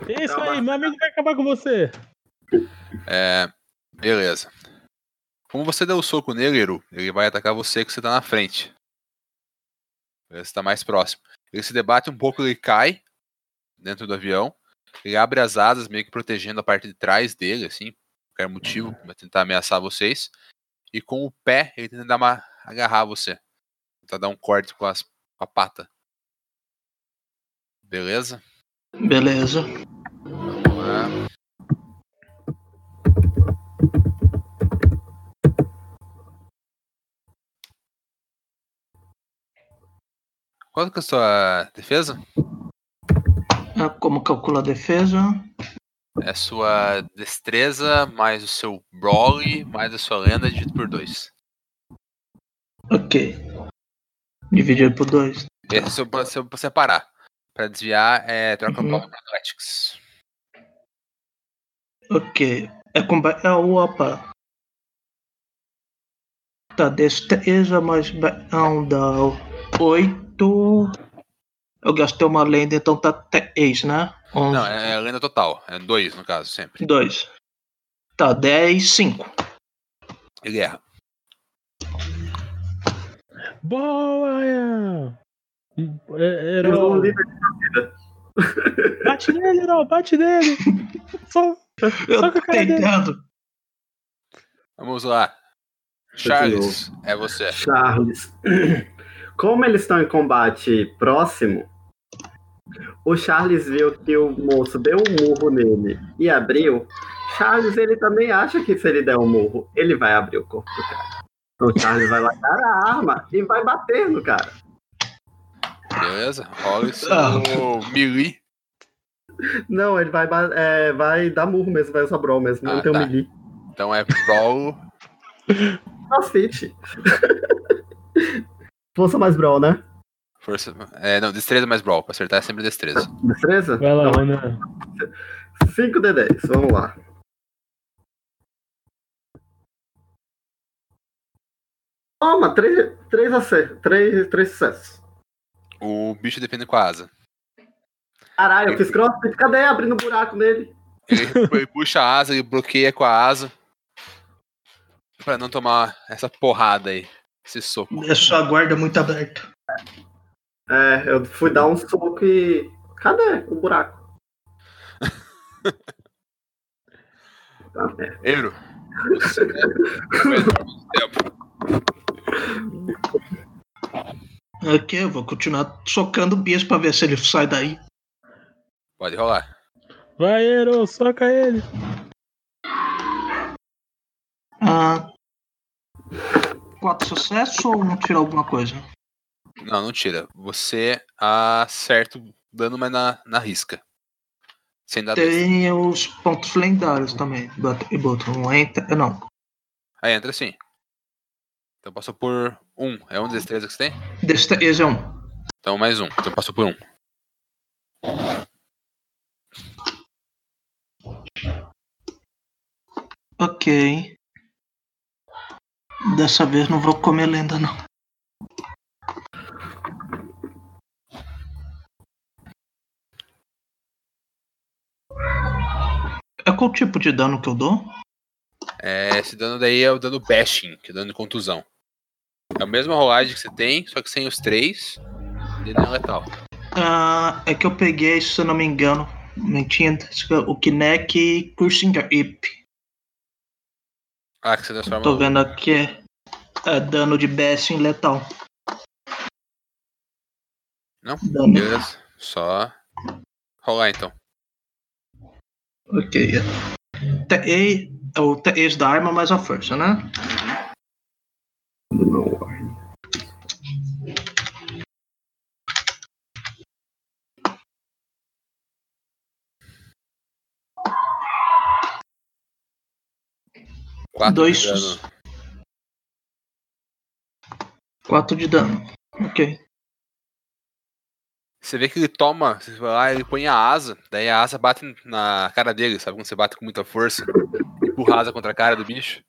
É isso aí, meu amigo vai acabar com você. É. Beleza. Como você deu o soco nele, Eru, ele vai atacar você que você tá na frente. Você tá mais próximo. Ele se debate um pouco, ele cai dentro do avião. Ele abre as asas, meio que protegendo a parte de trás dele, assim, por qualquer motivo, vai tentar ameaçar vocês. E com o pé, ele tenta dar uma, agarrar você. Tentar dar um corte com, as, com a pata. Beleza? Beleza. lá. Quanto que é a sua defesa? Ah, Como calcula a defesa? É a sua destreza, mais o seu brawl, mais a sua lenda, dividido por dois. Ok. Dividido por dois. Esse é o pra- seu pra separar. Pra desviar, é, troca Uhum. uhum. pra Athletics. Ok. É combate. É o opa. Tá, destreza mais background dá oito. Eu gastei uma lenda, então tá três, né? Onze. Não, é, é lenda total. É dois, no caso, sempre. Dois. Tá, dez, cinco. Ele erra. Boa! É, é, Eu dou um Herol. livre- Bate nele, Herol, bate nele. Só- Eu Só que tô a cara dele- tentando. Vamos lá. Charles, é você. Charles. Como eles estão em combate próximo, o Charles viu que o moço deu um murro nele e abriu. Charles, ele também acha que se ele der um murro, ele vai abrir o corpo do cara. Então o Charles vai largar a arma e vai bater no cara. Beleza? Rola isso Ah. no melee. Não, ele vai, ba- é, vai dar murro mesmo, vai usar brawl mesmo, Ah, não tem tá. um melee. Então é Brawl. Crossfit. Força mais brawl, né? Força. É, não, destreza mais brawl. Pra acertar é sempre destreza. Destreza? Vai lá, Ana. 5 de 10, vamos lá. Toma, 3, 3, acer... 3, 3 sucessos. O bicho depende com a asa. Caralho, eu fiz crossfit, cadê? Abrindo um buraco nele. Ele puxa a asa e bloqueia com a asa. Pra não tomar essa porrada aí. Esse soco. É só a guarda muito aberta. É, eu fui dar um soco e. Cadê o buraco? Tá, é. Eiro. Você é o melhor do tempo. Aqui eu vou continuar socando o bicho pra ver se ele sai daí. Pode rolar. Vai, Ero, soca ele. Ah, quatro sucessos ou não tirar alguma coisa? Não, não tira. Você acerta o dano, mas na, na risca. Sem dar dois. Tem os pontos lendários também. Bate- E botou não um, entra. eh, Não. Aí entra sim. Então passou por um. É um de destreza que você tem? Destreza é um. Então mais um. Então passou por um. Ok. Dessa vez não vou comer lenda, não. É qual tipo de dano que eu dou? É, esse dano daí é o dano bashing, que é o dano de contusão. É a mesma rolagem que você tem, só que sem os três. E não é letal. Ah, é que eu peguei, se eu não me engano, mentindo, é o Kinect e Cursing Ip. Ah, que você transforma. Tô no- vendo aqui. É dano de BS em letal. Não? Dano. Beleza. Só rolar então. Ok. TE é o TE da arma mais a força, né? Quatro Dois de dano. 4 de dano. Ok. Você vê que ele toma, você vai lá, ele põe a asa, daí a asa bate na cara dele, sabe? Quando você bate com muita força, empurra a asa contra a cara do bicho.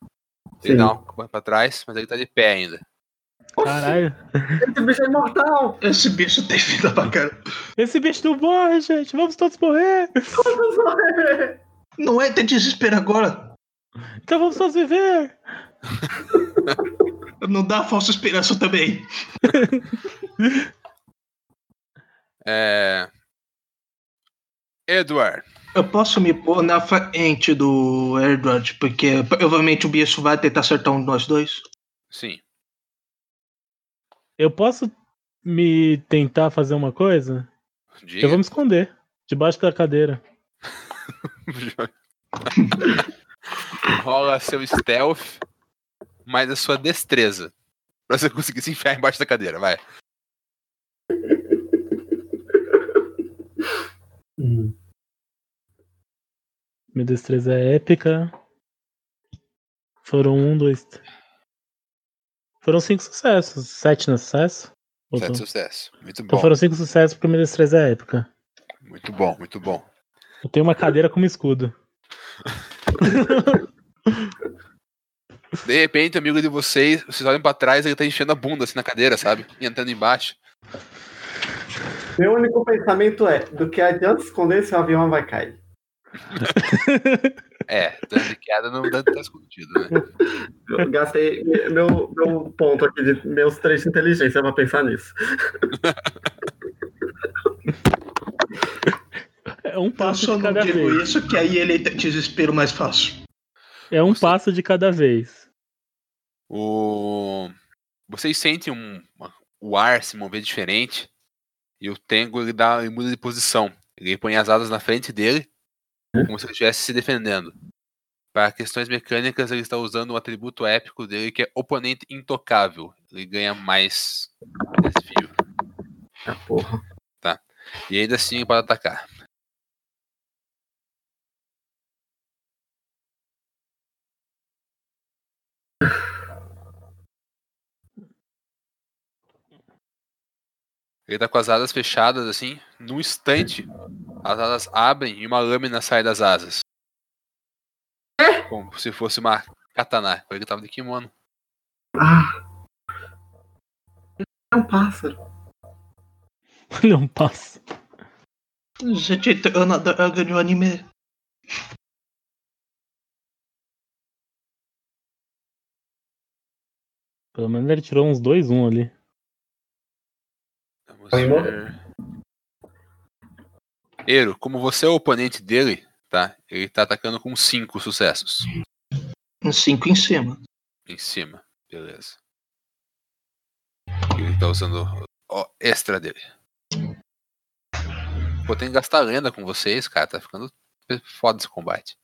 Ele Sim. dá uma pra trás, mas ele tá de pé ainda. Caralho. Esse bicho é imortal! Esse bicho tem vida pra caramba. Esse bicho não morre, gente. Vamos todos morrer. Não é ter desespero agora. Então vamos todos viver. Não dá falsa esperança também. É. Edward. Eu posso me pôr na frente do Edward, porque provavelmente o bicho vai tentar acertar um de nós dois. Sim. Eu posso me tentar fazer uma coisa? Diga. Eu vou me esconder. Debaixo da cadeira. Rola seu stealth, mais a sua destreza. Pra você conseguir se enfiar embaixo da cadeira, vai. Minha destreza é épica. Foram um, dois. tr- Foram cinco sucessos. Sete no sucesso. Ou Sete tô- sucesso. Muito bom. Então foram cinco sucessos porque minha destreza é épica. Muito bom, muito bom. Eu tenho uma cadeira como escudo. De repente, o amigo de vocês, vocês olham pra trás, ele tá enchendo a bunda assim na cadeira, sabe? E entrando embaixo. Meu único pensamento é: do que adianta esconder se o avião vai cair? É, dando de queda não dá tá escondido, né? Eu gastei meu, meu ponto aqui de meus três de inteligência pra pensar nisso. É um Eu passo Tá só de não cada digo vez. isso, que aí ele tem desespero mais fácil. É um Nossa. passo de cada vez. O... Vocês sentem um, uma- o ar se mover diferente. E o Tengo ele, dá, ele muda de posição. Ele põe as asas na frente dele, como se ele estivesse se defendendo. Para questões mecânicas, ele está usando o atributo épico dele, que é oponente intocável. Ele ganha mais desvio. Ah, porra. E ainda assim ele pode atacar. Ele tá com as asas fechadas, assim. Num instante, as asas abrem e uma lâmina sai das asas. Como se fosse uma katana. Ele tava de kimono. Ah! É um pássaro. Olha um passo. Gente, eu não eu ganho anime. Pelo menos ele tirou uns dois um ali. Vamos Aí, mo- ver. Eiro, como você é o oponente dele, tá? Ele tá atacando com cinco sucessos. Um 5 em cima. Em cima. Beleza. Ele tá usando o extra dele. Vou ter que gastar lenda com vocês, cara. Tá ficando foda esse combate.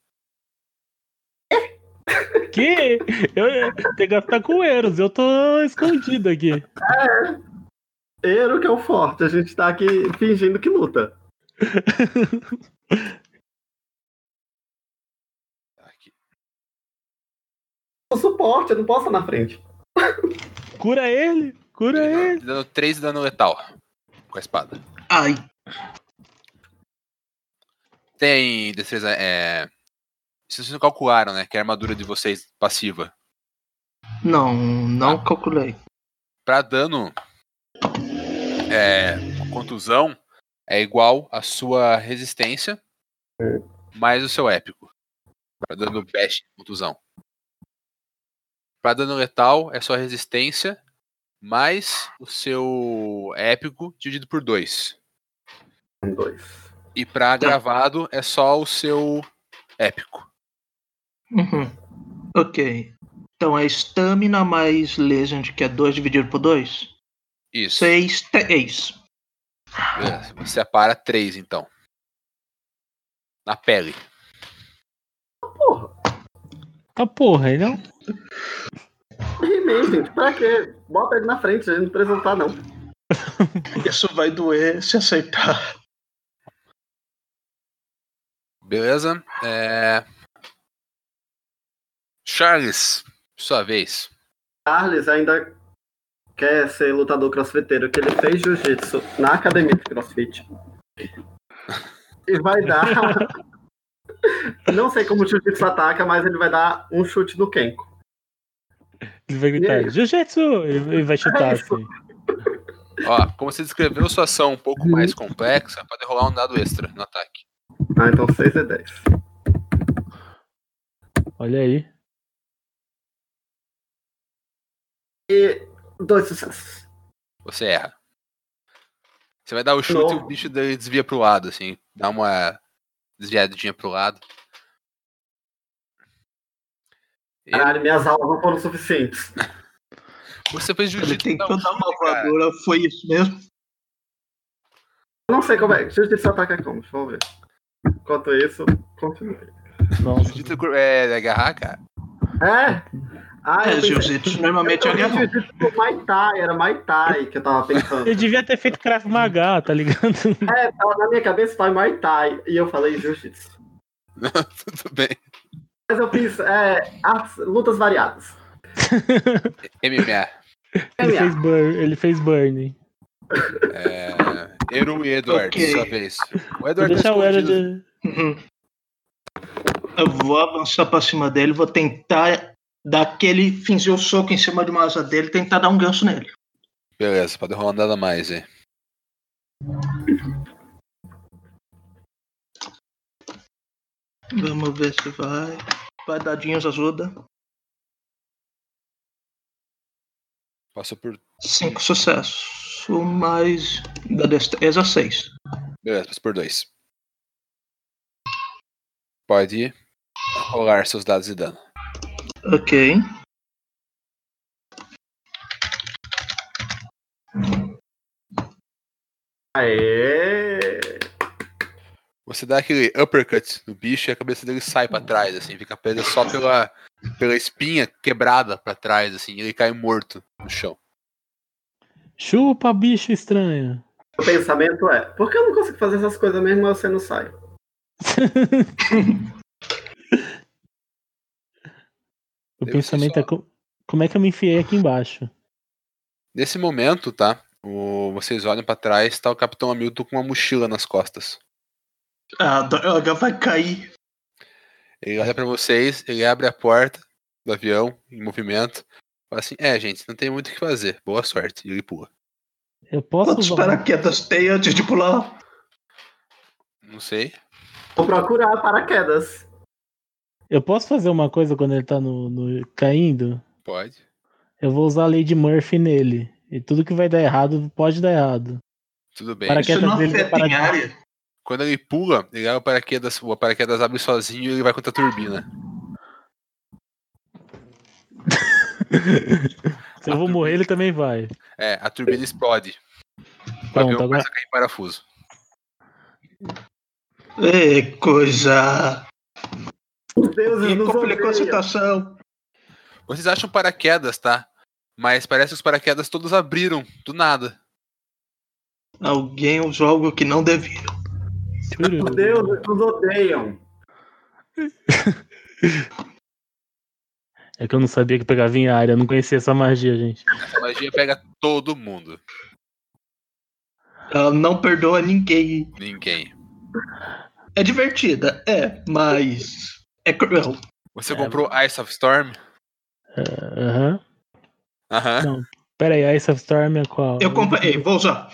Que? Eu eu tenho que gastar com Eros, eu tô escondido aqui. Eiro que é o forte, a gente tá aqui fingindo que luta. Aqui. O suporte, eu não posso estar na frente. Cura ele, cura ele. Ele tá dando 3 de dano letal com a espada. Ai, Tem destreza. É... Se vocês não calcularam, né? Que é a armadura de vocês passiva. não, não calculei. Pra dano. É... Contusão é igual a sua resistência mais o seu épico. Pra dano bash, contusão. Pra dano letal é sua resistência mais o seu épico dividido por 2. Um, dois. E pra Tá. gravado é só o seu épico. Uhum. Ok. Então é Stamina mais Legend, que é 2 dividido por 2? Isso. 6, 3. Beleza. Separa três, então. Na pele. Porra, Tá porra, ele é um- He-Man, gente, pra quê? Bota ele na frente, a gente não precisa lutar, não. Isso vai doer se aceitar. Beleza? É... Charles, sua vez. Charles ainda quer ser lutador crossfiteiro, que ele fez jiu-jitsu na academia de crossfit. E vai dar. Não sei como o jiu-jitsu ataca, mas ele vai dar um chute no Kenko. Ele vai gritar, aí? Jiu-Jitsu! Ele ele vai chutar assim. Ó, como você descreveu sua ação um pouco mais Uhum. complexa, pode rolar um dado extra no ataque. Ah, então 6 e 10. Olha aí. E dois sucessos. Você erra. Você vai dar o chute e o Não. bicho dele desvia pro lado, assim. Dá uma desviadinha pro lado. Ele- Caralho, minhas aulas não foram suficientes. Você fez Ele jiu-jitsu. tentou não, dar uma cara. voadora, foi isso mesmo? Eu Não sei como é. Jiu-jitsu ataca como? Vamos ver. Enquanto isso, continue. Nossa. Jiu-jitsu é cur- é, é agarrar, cara. É? Ah, É, eu pensei, Jiu-Jitsu normalmente é eu vi agarrão. jiu-jitsu com Muay Thai, era Muay Thai que eu tava pensando. Ele devia ter feito Krav Maga, tá ligado? É, tava na minha cabeça tá Muay Thai e eu falei jiu-jitsu. Tudo bem. Mas eu fiz é, artes- lutas variadas. MMA. Ele fez, burn, ele fez Burning. É... Eru e Edward, Ok. sua vez. O Vou Edward tá deixar o Era escondido. de... Uhum. Eu vou avançar pra cima dele, vou tentar dar aquele. fingir o soco em cima de uma asa dele, tentar dar um gancho nele. Beleza, pode rolar nada mais aí. Vamos ver se vai. Vai, dadinhos, ajuda. Passou por. Cinco sucessos. Um Mais da destreza, seis. Beleza, passou por dois. Pode rolar seus dados de dano. Ok. Aê! Você dá aquele uppercut no bicho e a cabeça dele sai pra trás, assim, fica presa só pela, pela espinha quebrada pra trás, assim, e ele cai morto no chão. Chupa, bicho estranho. O pensamento é, por que eu não consigo fazer essas coisas mesmo eu sendo saio? O Deve ser pensamento só- é co- como é que eu me enfiei aqui embaixo? Nesse momento, tá? O- vocês olham pra trás, tá o Capitão Hamilton com uma mochila nas costas. Ah, droga, vai cair. Ele olha pra vocês, ele abre a porta do avião em movimento. Fala assim: É, gente, não tem muito o que fazer. Boa sorte. E ele pula. Eu posso Quantos usar. paraquedas tem antes de pular? Não sei. Vou procurar paraquedas. Eu posso fazer uma coisa quando ele tá no, no- caindo? Pode. Eu vou usar a Lady Murphy nele. E tudo que vai dar errado pode dar errado. Tudo bem. Para- Isso Paraquedas não dele é afeta em paraquedas. área. Quando ele pula, ele abre o paraquedas, o paraquedas abre sozinho e ele vai contra a turbina. Se eu vou morrer, ele também vai. É, a turbina explode. O Pronto, avião agora- começa a cair em parafuso. Ê, É coisa. Os deuses E nos complicou a odeiam. situação. Vocês acham paraquedas, tá? Mas parece que os paraquedas todos abriram, do nada. Alguém usou algo que não devia. Tchuru. Os deuses nos odeiam. É que eu não sabia que pegava em área, eu não conhecia essa magia, gente. Essa magia pega todo mundo. Ela não perdoa ninguém. Ninguém. É divertida, é, mas. É cruel. Você É. comprou Ice of Storm? Aham. Aham. Não. Pera aí, Ice of Storm é qual? Eu comprei, vou usar.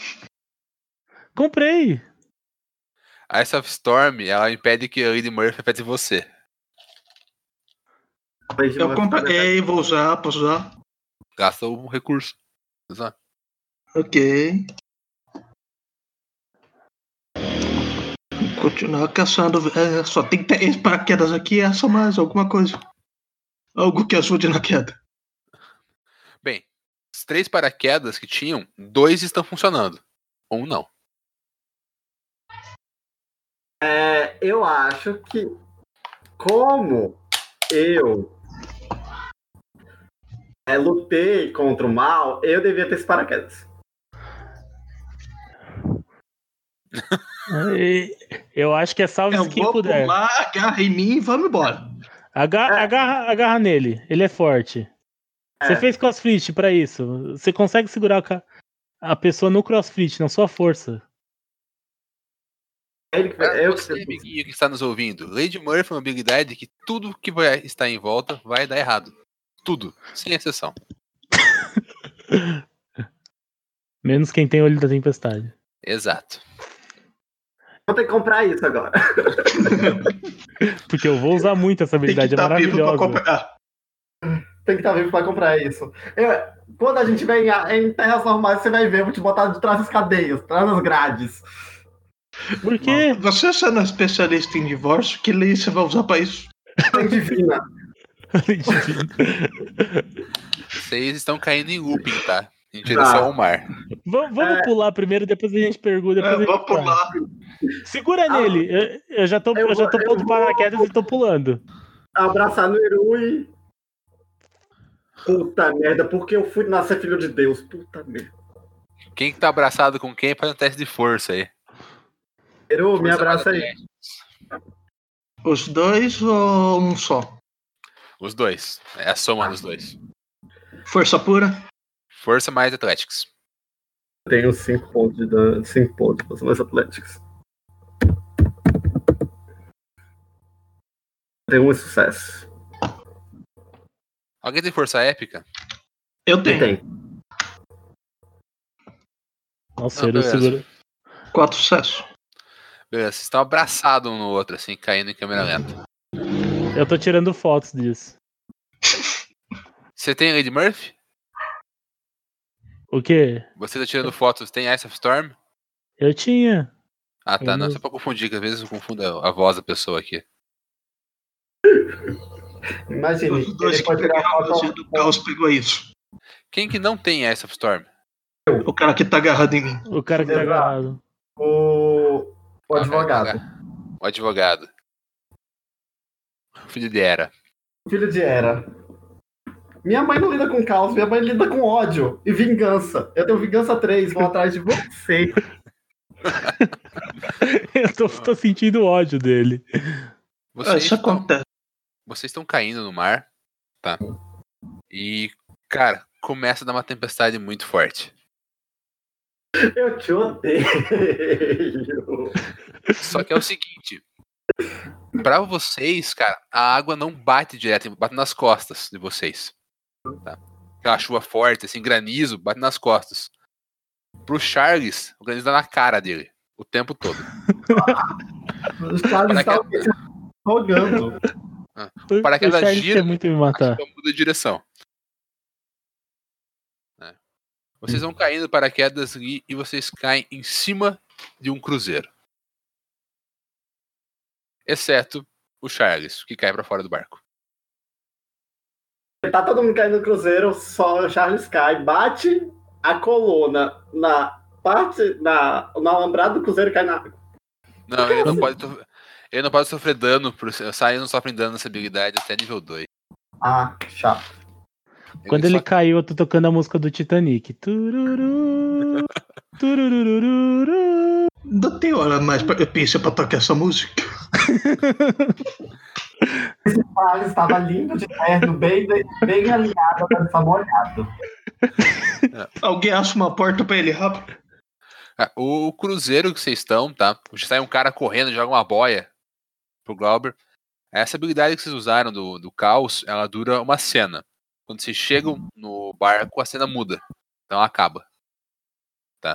Comprei! Ice of Storm, ela impede que a Lady Murphy afete você. Mas Eu uma- é comprei, vou usar, posso usar. Gasta um recurso. Exato. Ok. Continuar caçando. é, só tem três paraquedas aqui, essa mais, alguma coisa. Algo que ajude na queda. Bem, os três paraquedas que tinham, dois estão funcionando. Um não. É, eu acho que como eu é, lutei contra o mal, eu devia ter esse paraquedas. E- Eu acho que é salve Eu se quem vou puder. pular, agarra em mim e vamos embora. Aga- É. agarra, agarra nele, ele é forte. Você É. fez crossfit pra isso. Você consegue segurar a, ca- a pessoa no crossfit, na sua força. É Ele que Pra vai- eu que você, É, amiguinho que está nos ouvindo, Lady Murphy é uma habilidade que tudo que vai estar em volta vai dar errado. Tudo, sem exceção. Menos quem tem olho da tempestade. Exato. vou ter que comprar isso agora. Porque eu vou usar muito essa Tem que habilidade, é estar vivo pra maravilhosa. comprar. Ah, Tem que estar vivo pra comprar isso. Eu- quando a gente vem em, em terras normais, você vai ver, eu vou te botar de trás das cadeias, trás das grades. Por quê? Você sendo um especialista em divórcio, que lei você vai usar pra isso? Tem divina. Vocês estão caindo em looping, tá? Em direção ao mar. vamos vamos pular primeiro, depois a gente pergunta. Depois a É, gente vou fala. pular. Segura Ah. nele. Eu, eu já tô, Eu eu já tô vou- eu pondo vou- paraquedas e tô pulando. abraçar no Eru e. Puta merda, porque eu fui nascer filho de Deus. Puta merda. Quem que tá abraçado com quem, faz um teste de força aí. Eru, me Força abraça mais aí. atlética. Os dois ou um só? Os dois. É a soma dos dois. Força pura? Força mais atléticos. Tenho 5 pontos de dano, 5 pontos, mas são mais atléticos. Tem um sucesso. Alguém tem força épica? Eu tenho. Tem. Nossa, Ah, eu beleza. seguro. Quatro sucessos. Beleza, vocês estão abraçados um no outro, assim, caindo em câmera lenta. Eu tô tirando fotos disso. Você tem Lady Murphy? O quê? Você tá tirando fotos, tem Ice of Storm? Eu tinha. Ah, tá. Não, Eu- só pra confundir, que às vezes eu confundo a a voz da pessoa aqui. Imagine, Os dois ele que pode tirar pegaram foto. você do caos pegou isso. Quem que não tem Ice of Storm? O cara que tá agarrado em mim. O cara que tá Exato. agarrado. O, o Ah, advogado. O advogado. O filho de Era. Filho de Era. Minha mãe não lida com caos, minha mãe lida com ódio e vingança. Eu tenho vingança 3, vou atrás de você. Eu tô, tô sentindo ódio dele. Ah, Vocês isso estão- acontece. vocês estão caindo no mar, tá? E, cara, começa a dar uma tempestade muito forte. Eu te odeio. Só que é o seguinte. Pra vocês, cara, a água não bate direto, bate nas costas de vocês. Tá? Aquela chuva forte, assim, granizo, bate nas costas. Pro Charles, o granizo dá na cara dele. O tempo todo. O Charles tá está Naquela- rogando. O- o paraquedas Charles gira- quer muito me A chuva matar. Então muda de direção. Né? Vocês Hum. vão caindo paraquedas ali e vocês caem em cima de um cruzeiro. Exceto o Charles, que cai pra fora do barco. Tá todo mundo caindo no cruzeiro, só o Charles cai, bate a coluna na parte, na, na alambrada do cruzeiro cai na água. Não, ele não pode, to- ele não pode sofrer dano. Por... Sai não sofre dano nessa habilidade até nível 2. Ah, que chato. Quando ele só- caiu, eu tô tocando a música do Titanic. Tururu, turururururu. Ainda tem hora mais pra, pizza pra tocar essa música. Charles estava lindo de terno, bem, bem, bem alinhado, mas só molhado. Alguém acha uma porta pra ele rápido. Ah, o o cruzeiro que vocês estão, tá? Sai um cara correndo, joga uma boia pro Glauber. Essa habilidade que vocês usaram do, do caos, ela dura uma cena. Quando vocês chegam no barco, a cena muda. Então acaba.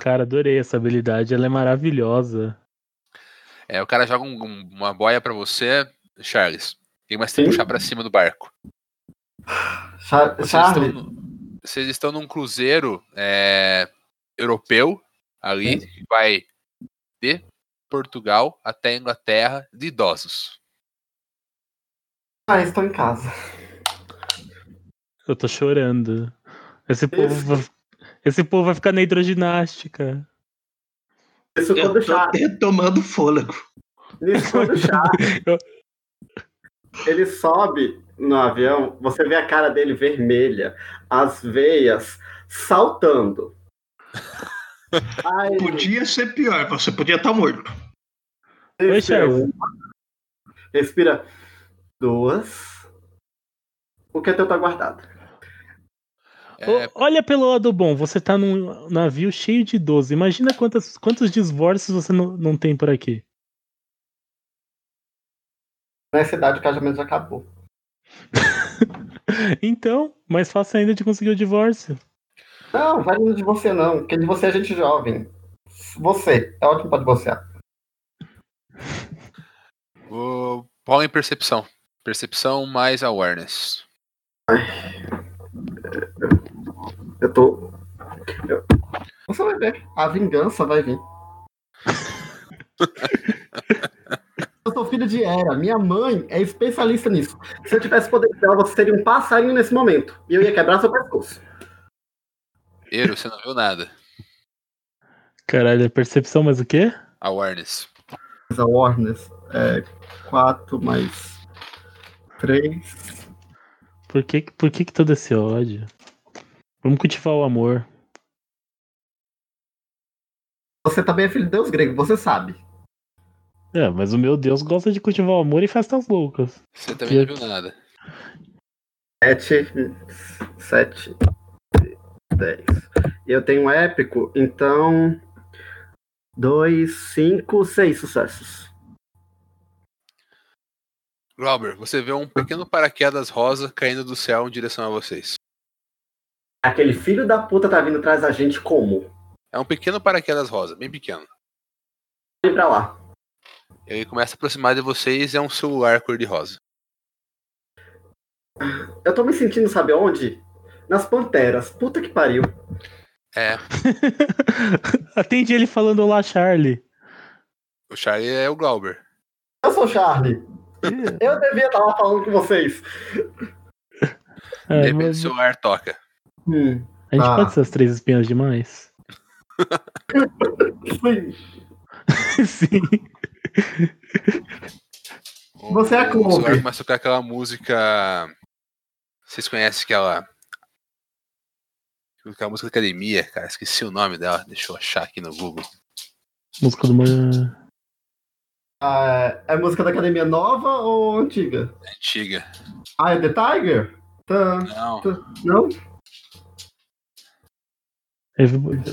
Cara, adorei essa habilidade, ela é maravilhosa. É, o cara joga um- um- uma boia pra você, Charles. E começa a te Sim. puxar pra cima do barco. Char- Vocês estão, Charles, no- vocês estão num cruzeiro é, europeu ali, que vai de Portugal até a Inglaterra de idosos. ah, estou em casa. Eu tô chorando. Esse povo, vai, esse povo vai ficar na hidroginástica. Isso Eu quando o tô Charles. retomando fôlego. Nisso, quando o Charles ele sobe no avião, você vê a cara dele vermelha, as veias saltando. Ai, Podia ser pior, você podia estar morto. Oi, respira Charles. uma, respira duas. O que é teu tá guardado? É, O- Olha pelo lado bom, você tá num navio cheio de 12. Imagina quantas, quantos divórcios você não, não tem por aqui. Na cidade o casamento já acabou. Então, mais fácil ainda de conseguir o divórcio. Não, vai no de você não, porque de você é gente jovem. Você, é ótimo pra divorciar. Vou... Rola em percepção. Percepção mais awareness. Eu tô. Você vai ver, a vingança vai vir. Eu sou filho de Hera, minha mãe é especialista nisso. Se eu tivesse poder dela, você seria um passarinho nesse momento. E eu ia quebrar seu pescoço. Eiro, você não viu nada. Caralho, é percepção, mas o quê? Awareness. A Warners é 4 mais 3. Por que, por que, que todo esse ódio? Vamos cultivar o amor. Você também é filho de Deus grego, você sabe. É, mas o meu Deus gosta de cultivar o amor e festas loucas. Você também não Que- viu nada. Sete. Sete. Dez. Eu tenho um épico, então. Dois, cinco, seis sucessos. Glauber, você vê um pequeno paraquedas rosa caindo do céu em direção a vocês. Aquele filho da puta tá vindo atrás da gente como? É um pequeno paraquedas rosa, bem pequeno. Vem pra lá. Ele começa a aproximar de vocês é um celular cor-de-rosa. Eu tô me sentindo, sabe onde? Nas panteras. Puta que pariu. É, Atende ele falando olá, Charlie. o Charlie é o Glauber. Eu sou o Charlie. Eu devia estar lá falando com vocês. É, de repente o mas celular toca. Hum, a gente Ah. pode ser as três espinhas demais? sim. Sim. O- Você é O celular Glauber. começa a tocar aquela música. Vocês conhecem aquela. Aquela música da academia, cara. Esqueci o nome dela. Deixa eu achar aqui no Google. Música do manhã. Ah, é música da academia nova ou antiga? é Antiga. Ah, é The Tiger? Tá. Não. Não? Everybody-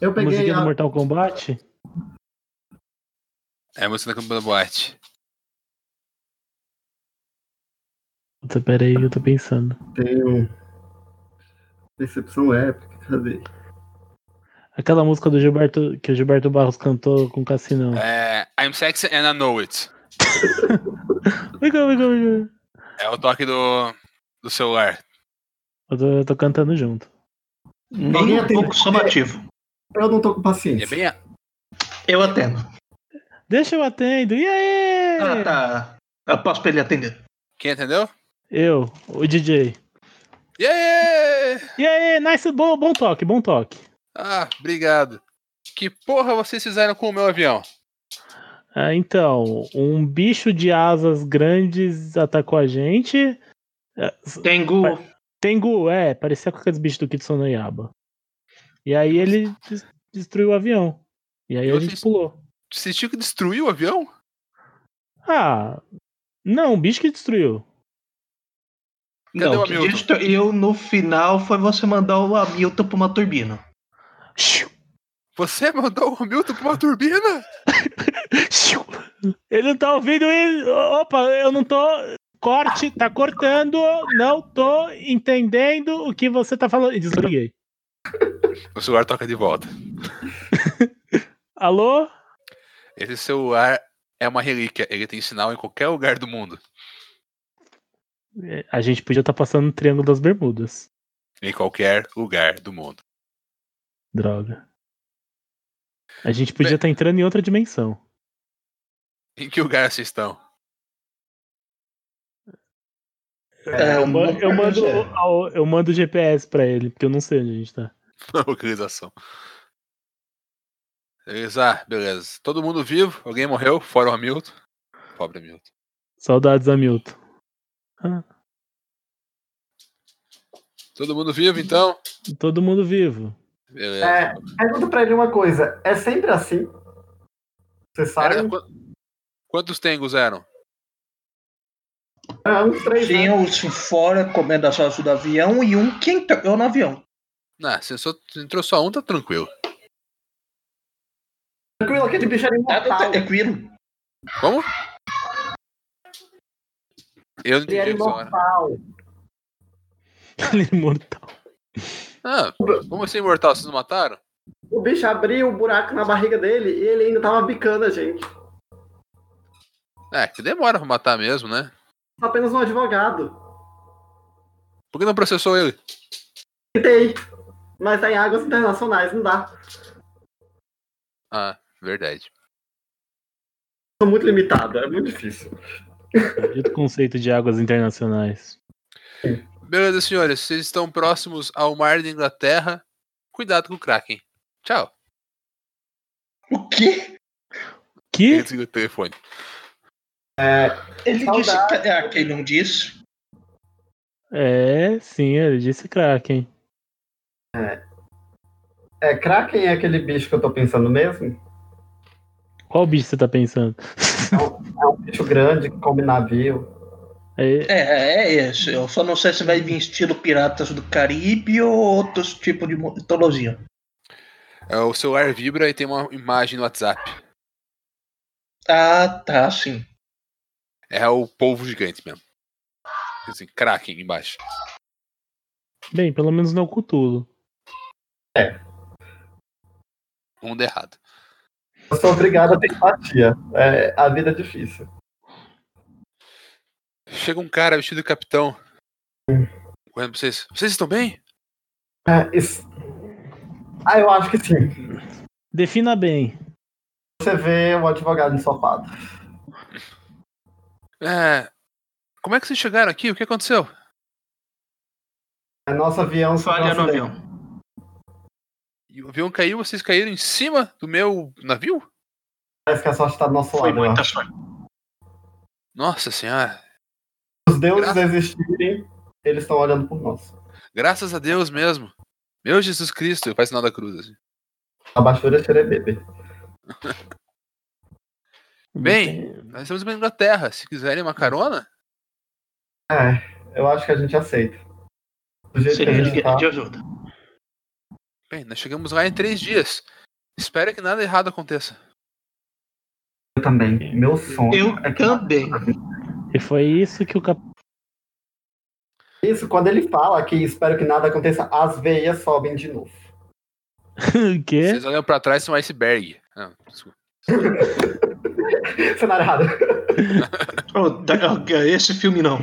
Eu peguei Musiquinha a... é, do Mortal Kombat? É a música da Campo da Boate. Puta, pera aí, eu tô pensando. Tenho. Decepção épica, cadê? Aquela música do Gilberto que o Gilberto Barros cantou com o Cassinão. É, I'm sexy and I know it. Vem cá, vem cá, vem cá. É o toque do, do celular. Eu tô, eu tô cantando junto. Nem um pouco somativo. Eu não tô com E é paciência. bem. a- Eu atendo. Deixa eu atendo. E aí? Ah, tá. Eu posso pra ele atender. Quem entendeu? Eu, o DJ. Yeah! E aí, nice, bom, bom toque, bom toque. Ah, obrigado. Que porra vocês fizeram com o meu avião? Ah, então, um bicho de asas grandes atacou a gente. Ah, s- Tengu, Tengu, é, parecia com aqueles bichos do Kitsunoyaba. E aí ele des- destruiu o avião. E aí Eu a gente fiz- pulou. Vocês tinham que destruir o avião? Ah, não, o bicho que destruiu. Cadê o não, que Hamilton? destruiu no final foi você mandar o Hamilton pra uma turbina. Shiu, Você mandou o Hamilton pra uma turbina? shiu. Ele não tá ouvindo ele. Opa, eu não tô. Corte, tá cortando. Não tô entendendo o que você tá falando. E Desliguei. O celular toca de volta. Alô? Esse celular é uma relíquia. Ele tem sinal em qualquer lugar do mundo. É, A gente podia estar passando no Triângulo das Bermudas. Em qualquer lugar do mundo. Droga. A gente podia estar entrando em outra dimensão. Em que lugar vocês estão? É, Eu, ma- eu mando, é. o- eu mando o GPS pra ele, porque eu não sei onde a gente tá. Na localização. Eles, ah, beleza. Todo mundo vivo, alguém morreu, fora o Hamilton. Pobre Hamilton. Saudades, Hamilton. Todo mundo vivo, então? Todo mundo vivo. Beleza. É, pergunta pra ele uma coisa. É sempre assim? Você sabe? Era- qu- quantos tengos eram? É, uns três, né? Tinha os fora comendo as asas do avião e um que entrou no avião. Ah, se só, se entrou só um, tá tranquilo. um Tranquilo, aquele bicho era Tá imortal. tranquilo. Como? Eu não Ele era entendi isso agora. imortal. Ele é imortal. Ah, como assim, mortal? Vocês não mataram? O bicho abriu o buraco na barriga dele e ele ainda tava bicando a gente. É, que demora pra matar mesmo, né? Apenas um advogado. Por que não processou ele? Tentei. Mas tá em águas internacionais, não dá. Ah, verdade. Sou muito limitado, é muito difícil. Dito o conceito de águas internacionais. Beleza, senhores. Vocês estão próximos ao mar da Inglaterra. Cuidado com o Kraken. Tchau. O quê? Ele Que? desligou o telefone. Ele Saudade. disse que ah, quem não disse. É, sim, ele disse Kraken. É, Kraken é aquele bicho que eu tô pensando mesmo? Qual bicho você tá pensando? É um bicho grande que come navio. É, É, é esse. Eu só não sei se vai vir estilo Piratas do Caribe ou outros tipos de mitologia. É, O celular vibra e tem uma imagem no WhatsApp. Ah, tá, sim. É o polvo gigante mesmo. Assim, Kraken embaixo. bem, pelo menos não é o Cthulhu. Um de errado. Eu sou obrigado a ter empatia. É, a vida é difícil. Chega um cara vestido de capitão. Olhando pra vocês. Vocês estão bem? É, isso- Ah, eu acho que sim. Defina bem. Você vê o advogado ensopado. É. Como é que vocês chegaram aqui? O que aconteceu? É nosso avião. Falha nosso no avião. E o avião caiu, vocês caíram em cima do meu navio? Parece que a sorte tá do nosso lado. Foi eu muita acho. sorte. Nossa senhora. Se os deuses existirem, eles estão olhando por nós. Graças a Deus mesmo. Meu Jesus Cristo. Ele faz sinal da cruz. Assim. A baixura xerebebe. Bem, nós estamos na Inglaterra. Se quiserem uma carona, É, eu acho que a gente aceita. Do jeito que a Seria de gente tá. grande ajuda. Bem, nós chegamos lá em três dias. Espero que nada errado aconteça. Eu também. Meu sonho. Eu é que- também. E foi isso que o cap... Isso, quando ele fala que espero que nada aconteça, as veias sobem de novo. o quê? Vocês olham pra trás, são um iceberg. Não, desculpa. Cenário errado. Oh, da- Esse filme não.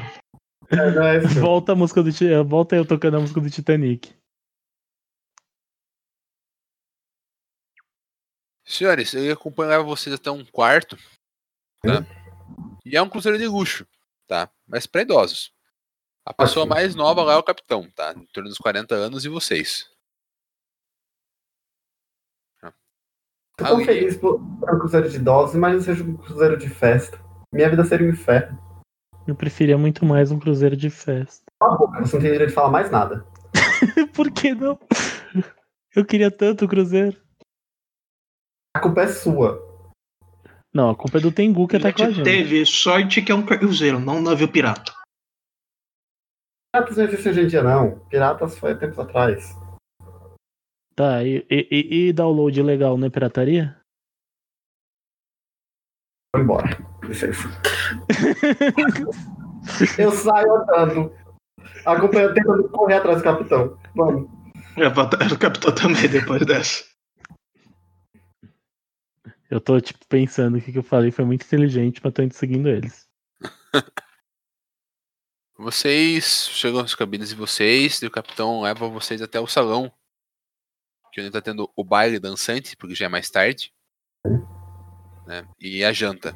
É, não é isso. Volta a música do Ti- Volta eu tocando a música do Titanic. Senhores, eu acompanhava vocês até um quarto. Tá? E é um cruzeiro de luxo, tá? Mas pra idosos. A pessoa mais nova lá é o capitão, tá? Em torno dos 40 anos e vocês. Eu tô Ah, feliz por por um cruzeiro de idosos, mas não seja um cruzeiro de festa. Minha vida seria um inferno. Eu preferia muito mais um cruzeiro de festa. Cala a boca, você não tem direito de falar mais nada. Por que não? Eu queria tanto o cruzeiro. A culpa é sua. Não, a culpa é do Tengu que tá com a gente gente. teve sorte que é um cruzeiro, não um navio pirata. Piratas não existem hoje em dia, não. Piratas foi há tempos atrás. Tá, e, e- e- e download legal não é pirataria? Vou embora. Licença. Eu saio andando. A culpa é tentando correr atrás do capitão. Vamos. Eu É, vou atrás do capitão também depois dessa. Eu tô, tipo, pensando o que, que eu falei. Foi muito inteligente, mas tô indo seguindo eles. Vocês chegam às cabines de vocês e o capitão leva vocês até o salão. Que onde tá tendo o baile dançante, porque já é mais tarde. Né? E a janta.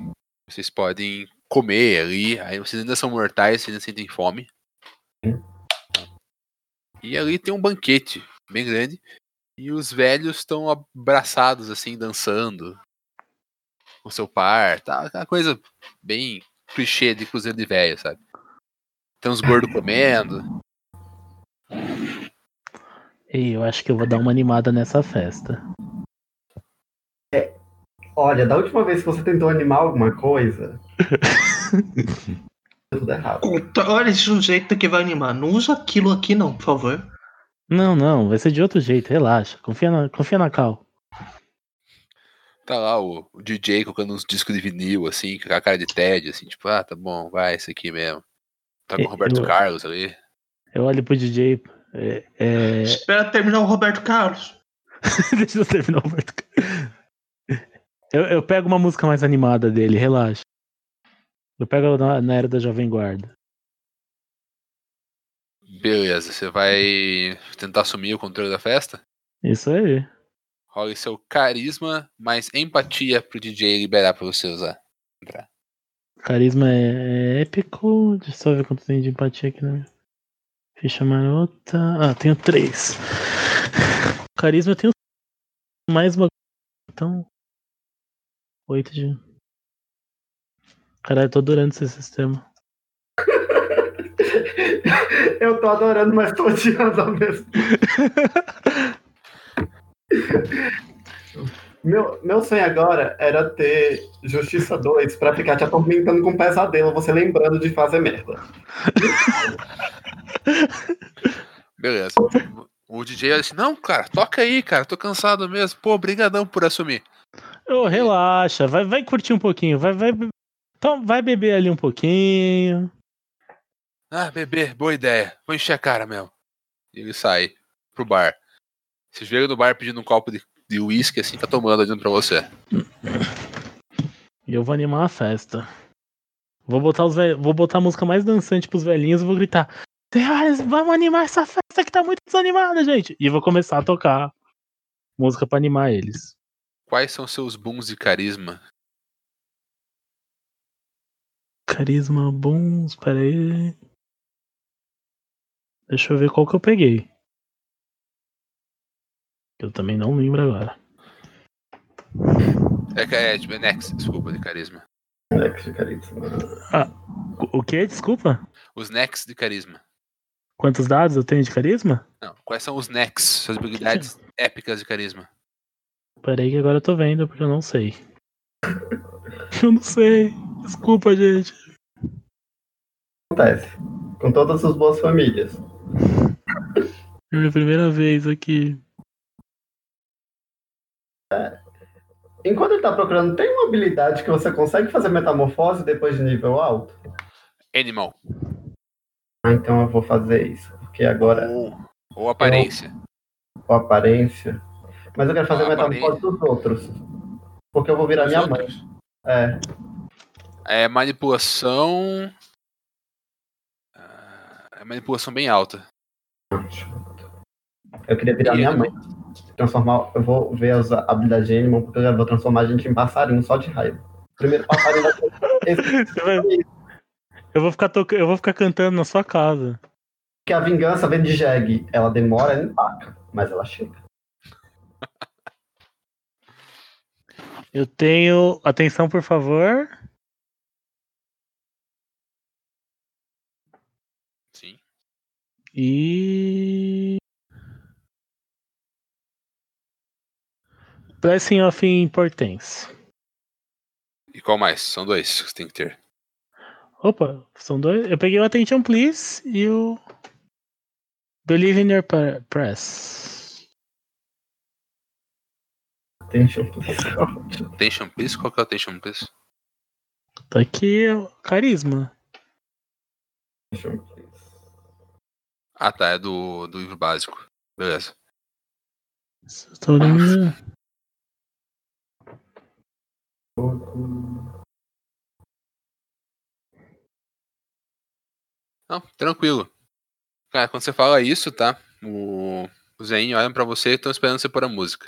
Vocês podem comer ali, aí vocês ainda são mortais, vocês ainda sentem fome. E ali tem um banquete bem grande. E os velhos estão abraçados, assim, dançando. Com seu par, tá? Aquela coisa bem clichê de cruzeiro de velho, sabe? Tem uns gordos comendo. E eu acho que eu vou dar uma animada nessa festa. Olha, da última vez que você tentou animar alguma coisa. deu tudo errado. Olha esse sujeito que vai animar. Não usa aquilo aqui não, por favor. Não, não, vai ser de outro jeito, relaxa. Confia na, confia na Cal. Tá lá o, o DJ colocando uns discos de vinil, assim, com a cara de Ted, assim, tipo, ah, tá bom, vai, isso aqui mesmo. Tá com o Eu- Roberto Carlos ali. Eu olho pro DJ. é, é, Espera terminar o Roberto Carlos. Deixa eu terminar o Roberto Carlos. Eu, eu pego uma música mais animada dele, relaxa. Eu pego na, na era da Jovem Guarda. Beleza, você vai tentar assumir o controle da festa? Isso aí. Role seu carisma mais empatia pro DJ liberar pra você usar. Entrar. Carisma é, é épico. Deixa eu só ver quanto tem de empatia aqui na minha. Ficha marota. Ah, tenho três. Carisma eu tenho mais uma. Então. Oito de. Caralho, tô adorando esse sistema. Eu tô adorando, mas tô odiando ao mesmo. Meu, meu sonho agora era ter Justiça 2 pra ficar te atormentando com um pesadelo, você lembrando de fazer merda. Beleza. O DJ olha assim, não, cara, toca aí, cara, tô cansado mesmo. Pô, brigadão por assumir. Ô, relaxa, vai, vai curtir um pouquinho, vai, vai, be- então, vai beber ali um pouquinho. Ah, bebê, boa ideia. Vou encher a cara, meu. E ele sai pro bar. Vocês viram no bar pedindo um copo de de uísque, assim, tá tomando, olhando pra você. E eu vou animar a festa. Vou botar, os ve- vou botar a música mais dançante pros velhinhos e vou gritar: Senhoras, vamos animar essa festa que tá muito desanimada, gente! E vou começar a tocar música pra animar eles. Quais são seus booms de carisma? Carisma bons, peraí. Deixa eu ver qual que eu peguei. Eu também não lembro agora. É, ca- é de Benex, desculpa, de carisma. É, Next, caríssimo. O o quê? Desculpa? Os necks de carisma. Quantos dados eu tenho de carisma? Não, quais são os necks, suas habilidades épicas de carisma? Peraí que agora eu tô vendo, porque eu não sei. Eu não sei. Desculpa, gente. Acontece. Com todas as boas famílias. É minha primeira vez aqui. Enquanto ele tá procurando, tem uma habilidade que você consegue fazer metamorfose depois de nível alto? Animal. Ah, então eu vou fazer isso. Porque agora é Ou, ou aparência. com aparência. Mas eu quero fazer Ah, metamorfose dos outros. Porque eu vou virar Os minha mãe. outros. É. É manipulação. Ah, É manipulação bem alta. Eu queria virar E minha animal. mãe. Transformar. Eu vou ver as habilidades de animal, porque eu já vou transformar a gente em passarinho só de raiva. Primeiro passarinho vai ser Você vai- Eu vou ficar toca- eu vou ficar cantando na sua casa. que a vingança vem de jegue. Ela demora e empaca, mas ela chega. Eu tenho. Atenção, por favor. Sim. E. Blessing of Importance. E qual mais? São dois que você tem que ter. Opa, são dois. Eu peguei o Attention Please e o. Believe in Your Pre- Press. Tem chute. Tension Please? Qual que é o Tension Please? Tá aqui é o Carisma. Ah, tá. É do, do livro básico. Beleza. Tô olhando. Não, tranquilo. Cara, quando você fala isso, tá? O, o Zen olham pra você e estão esperando você pôr a música.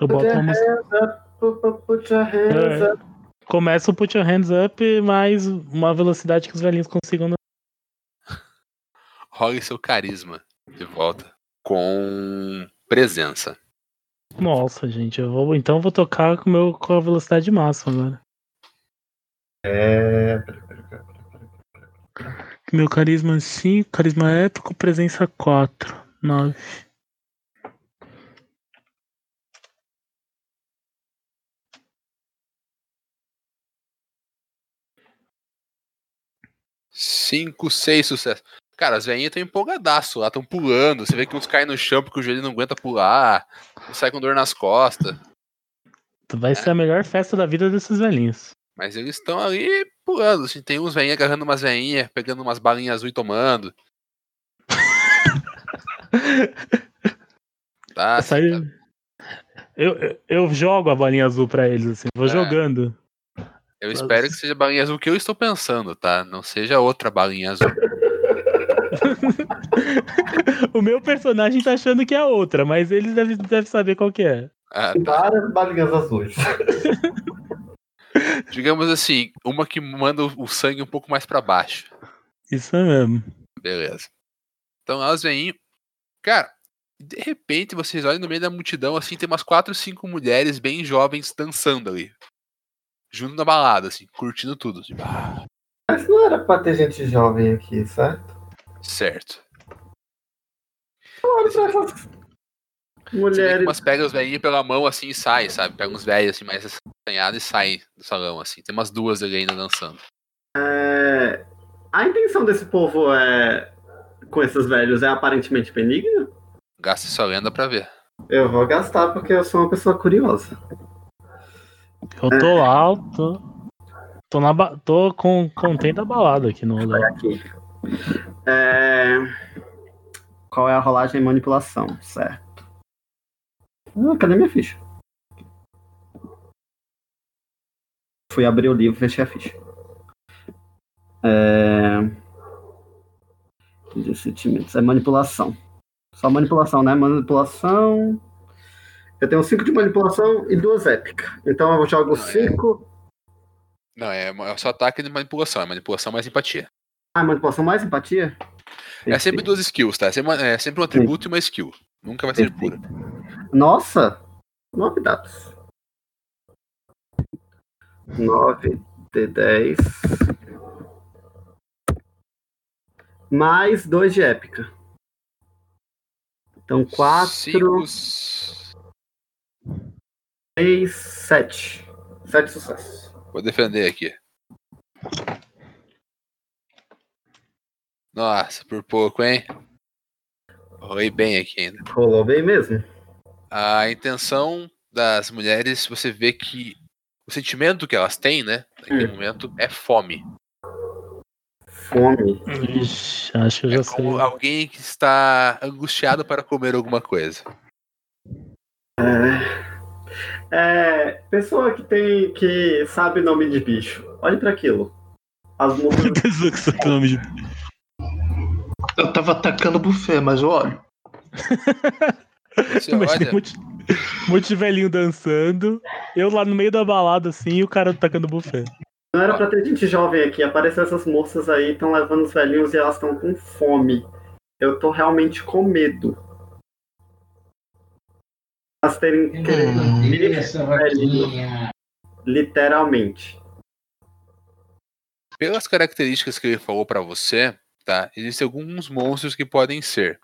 Eu boto uma música. É. Começa o Put Your Hands Up, mais uma velocidade que os velhinhos consigam. andar. Role seu carisma de volta. Com presença. Nossa, gente, eu vou. Então eu vou tocar com, o meu, com a velocidade máxima agora. É. Meu carisma 5, carisma épico, presença 4. 9. Cinco, seis sucessos. Cara, as velhinhas estão empolgadaço lá, estão pulando. Você vê que uns caem no chão porque o joelho não aguenta pular. uns Sai com dor nas costas. Vai ser a melhor festa da vida desses velhinhos. Mas eles estão ali pulando. Assim, tem uns veinhas agarrando umas veinhas, pegando umas balinhas azul e tomando. Tá, assim, Sai- tá. Eu, eu, eu jogo a bolinha azul pra eles, assim, vou É. jogando. Eu espero que seja a balinha azul que eu estou pensando, tá? Não seja outra balinha azul. O meu personagem tá achando que é a outra, mas eles devem deve saber qual que é. Ah, tá. Várias balinhas azuis. Digamos assim, uma que manda o sangue um pouco mais pra baixo. Isso é mesmo. Beleza. Então lá os veinhos. Cara, de repente vocês olham no meio da multidão assim, tem umas quatro, cinco mulheres bem jovens dançando ali. Junto na balada, assim, curtindo tudo. Tipo, ah, Mas não era pra ter gente jovem aqui, certo? certo. Olha pra essas Você vê que mulheres. umas pega os velhinhos pela mão assim e sai, sabe? Pega uns velhos assim mais assanhados e sai do salão, assim. Tem umas duas ali ainda dançando. É, A intenção desse povo é com esses velhos é aparentemente benigna? Gasta sua lenda pra ver. Eu vou gastar porque eu sou uma pessoa curiosa. Eu tô lá, eu tô. Tô, na ba- tô com contente a balada aqui no rolê. Aqui. É, Qual é a rolagem e manipulação? Certo. Ah, cadê minha ficha? Fui abrir o livro, fechei a ficha. É... De sentimentos. É manipulação. Só manipulação, né? Manipulação. Eu tenho 5 de manipulação e duas épicas. Então eu jogo é. 5. Não, é, é só ataque de manipulação, é manipulação mais empatia. Ah, manipulação mais empatia? É sempre duas skills, tá? É sempre, uma- é sempre um atributo e uma skill. Nunca vai ser pura. Nossa! Nove dados. Nove de dez. Mais dois de épica. Então, quatro, Cinco, s- seis, sete. Sete sucessos. Vou defender aqui. Nossa, por pouco, hein? Rolei bem aqui ainda. Rolou bem mesmo. A intenção das mulheres, você vê que o sentimento que elas têm, né, naquele Hum. momento, é fome. Fome. Ixi, acho que eu já É sei. como alguém que está angustiado para comer alguma coisa. É... é, Pessoa que tem. que sabe nome de bicho. Olhe pra aquilo. As músicas. Pessoa que sabe o nome de. Eu tava atacando o buffet, mas olha. Você Mas tem um olha, monte, um monte de velhinho dançando. Eu lá no meio da balada, assim, e o cara tacando buffet. Não era pra ter gente jovem aqui. Apareceu essas moças aí, estão levando os velhinhos e elas estão com fome. Eu tô realmente com medo. Elas terem querendo me- Isso, Hum. vaquinha. literalmente. pelas características que ele falou para você, tá? Existem alguns monstros que podem ser.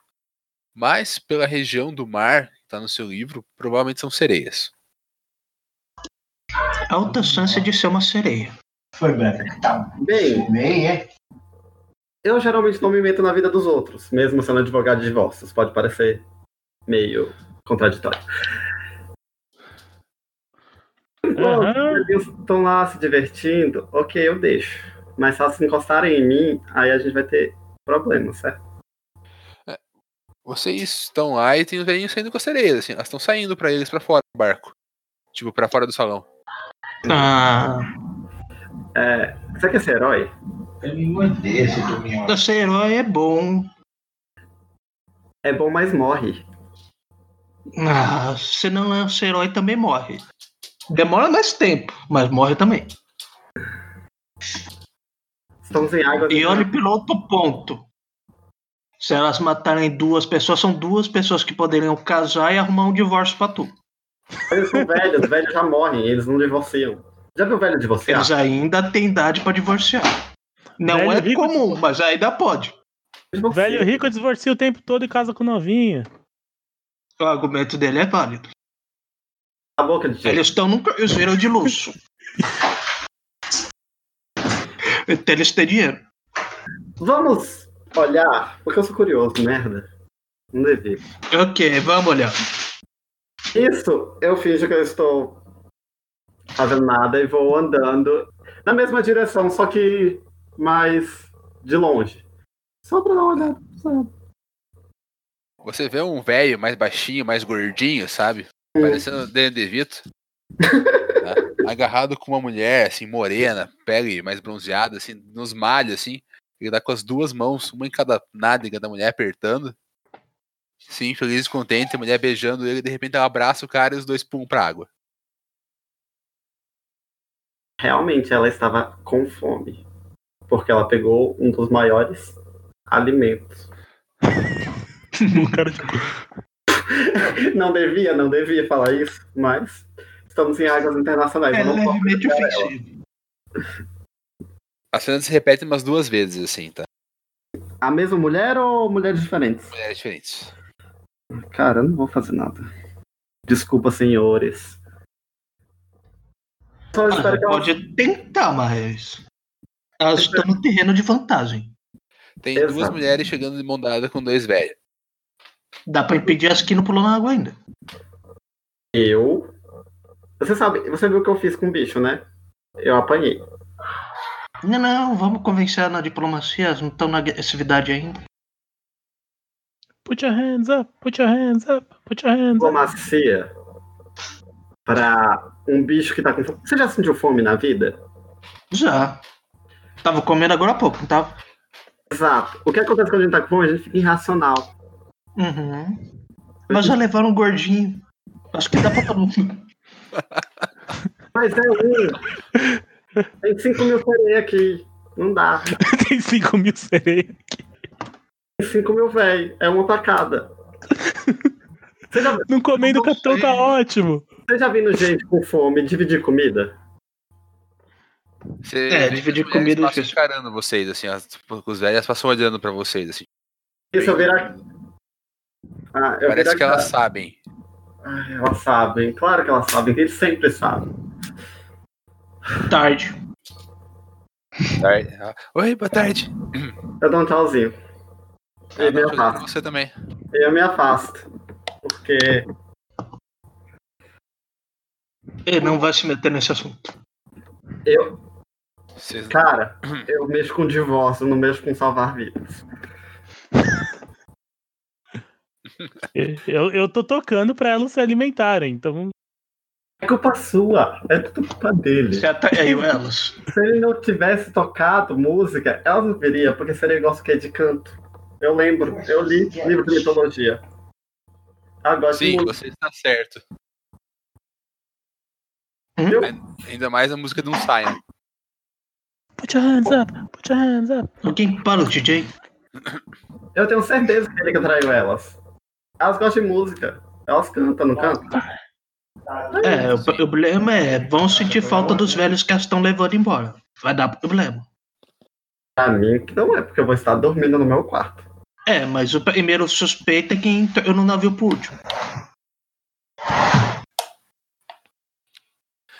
Mas pela região do mar, que tá no seu livro, provavelmente são sereias. Alta chance de ser uma sereia. Foi, Branca. Tá Bem, bem, é? eu geralmente não me meto na vida dos outros, mesmo sendo advogado de divórcios. Pode parecer meio contraditório. Enquanto Aham. os velhinhos estão lá se divertindo, ok, eu deixo. Mas se elas se encostarem em mim, aí a gente vai ter problemas, certo? Vocês estão lá e tem os velhinhos saindo com as sereias, assim. Elas estão saindo para eles para fora do barco. Tipo, para fora do salão. Ah, É, você quer ser herói? Ele me odeia esse caminhão. ser herói é bom. É bom, mas morre. Ah, se não é ser herói, também morre. Demora mais tempo, mas morre também. Estamos em água. E olha pelo outro ponto. Se elas matarem duas pessoas, são duas pessoas que poderiam casar e arrumar um divórcio pra tu. Eles são velhos, os velhos já morrem, eles não divorciam. Já viu o velho divorciar? Eles ainda têm idade pra divorciar. Não Ah. Velho é rico- comum, mas ainda pode. Divorcia. Velho rico divorcia o tempo todo e casa com novinha. O argumento dele é válido. A boca de jeito. Eles estão num cruzeiro de luxo. então eles têm dinheiro. Vamos olhar, porque eu sou curioso, merda. Não devia. Ok, vamos olhar. Isso, eu finjo que eu estou fazendo nada e vou andando na mesma direção, só que mais de longe. Só pra dar uma olhada. só. Você vê um velho mais baixinho, mais gordinho, sabe? É. Parecendo o Danny DeVito. tá? Agarrado com uma mulher, assim, morena, pele mais bronzeada, assim, nos malhos, assim. Ele tá com as duas mãos, uma em cada nádega da mulher apertando. Sim, feliz e contente, a mulher beijando ele, de repente ela abraça o cara e os dois pulam pra água. Realmente ela estava com fome. Porque ela pegou um dos maiores alimentos. O cara de Não devia, não devia falar isso, mas estamos em águas internacionais. É eu não posso levemente julgar ela. ofensivo. A cena se repete umas duas vezes, assim, tá? A mesma mulher ou mulheres diferentes? Mulheres diferentes. Cara, eu não vou fazer nada. Desculpa, senhores. Só Ah, espero que ela... pode tentar, mas. Elas estão no terreno de vantagem. Tem duas Exato. mulheres chegando de mão dada com dois velhos. Dá pra impedir as que não pulam na água ainda. Eu. Você sabe, você viu o que eu fiz com o bicho, né? Eu apanhei. Não, não, vamos convencer na diplomacia, elas não estão na agressividade ainda. Put your hands up, put your hands up, put your hands up. Diplomacia pra um bicho que tá com fome. Você já sentiu fome na vida? Já. Tava comendo agora há pouco, não tava? Exato. O que acontece quando a gente tá com fome? A gente fica irracional. Uhum. Mas já levaram um gordinho. Acho que dá pra todo mundo. Mas é um. Tem 5 mil sereia aqui. Não dá. Tem 5 mil sereias. Tem 5 mil véi. É uma tacada. Você já, Não comendo Eu não capitão sei. tá ótimo. Você já vindo gente com fome dividir comida? Você É, vê que dividir as mulheres comida é passam difícil. encarando vocês, assim, as, os velhas passam olhando pra vocês, assim. E se eu virar. Ah, eu Parece virar- que elas sabem. Ah, elas sabem, claro que elas sabem, que eles sempre sabem. Tarde. Tarde. Ah, Oi, boa tarde. Eu dou um tchauzinho. Ah, E me não, tô olhando afasto. você também. Eu me afasto. Porque. Ele É, não vai se meter nesse assunto. Eu, Vocês- cara, eu mexo com divórcio, não mexo com salvar vidas. Eu, eu tô tocando pra elas se alimentarem, então. É culpa sua, é tudo culpa dele. Você atraiu tá elas. Se ele não tivesse tocado música, elas não viria, porque seria negócio que é de canto. Eu lembro, eu li livro de mitologia. Agora de Sim, música. você está certo. Hum? Ainda mais a música de um Saiyan. Put your hands up, put your hands up. Alguém para o DJ? Eu tenho certeza que ele que atraiu elas. Elas gostam de música. Elas cantam, não cantam? É, o problema é, vão sentir falta dos velhos que as estão levando embora. Vai dar problema. Pra mim, que não é, porque eu vou estar dormindo no meu quarto. É, mas o primeiro suspeito é quem entrou no navio por último.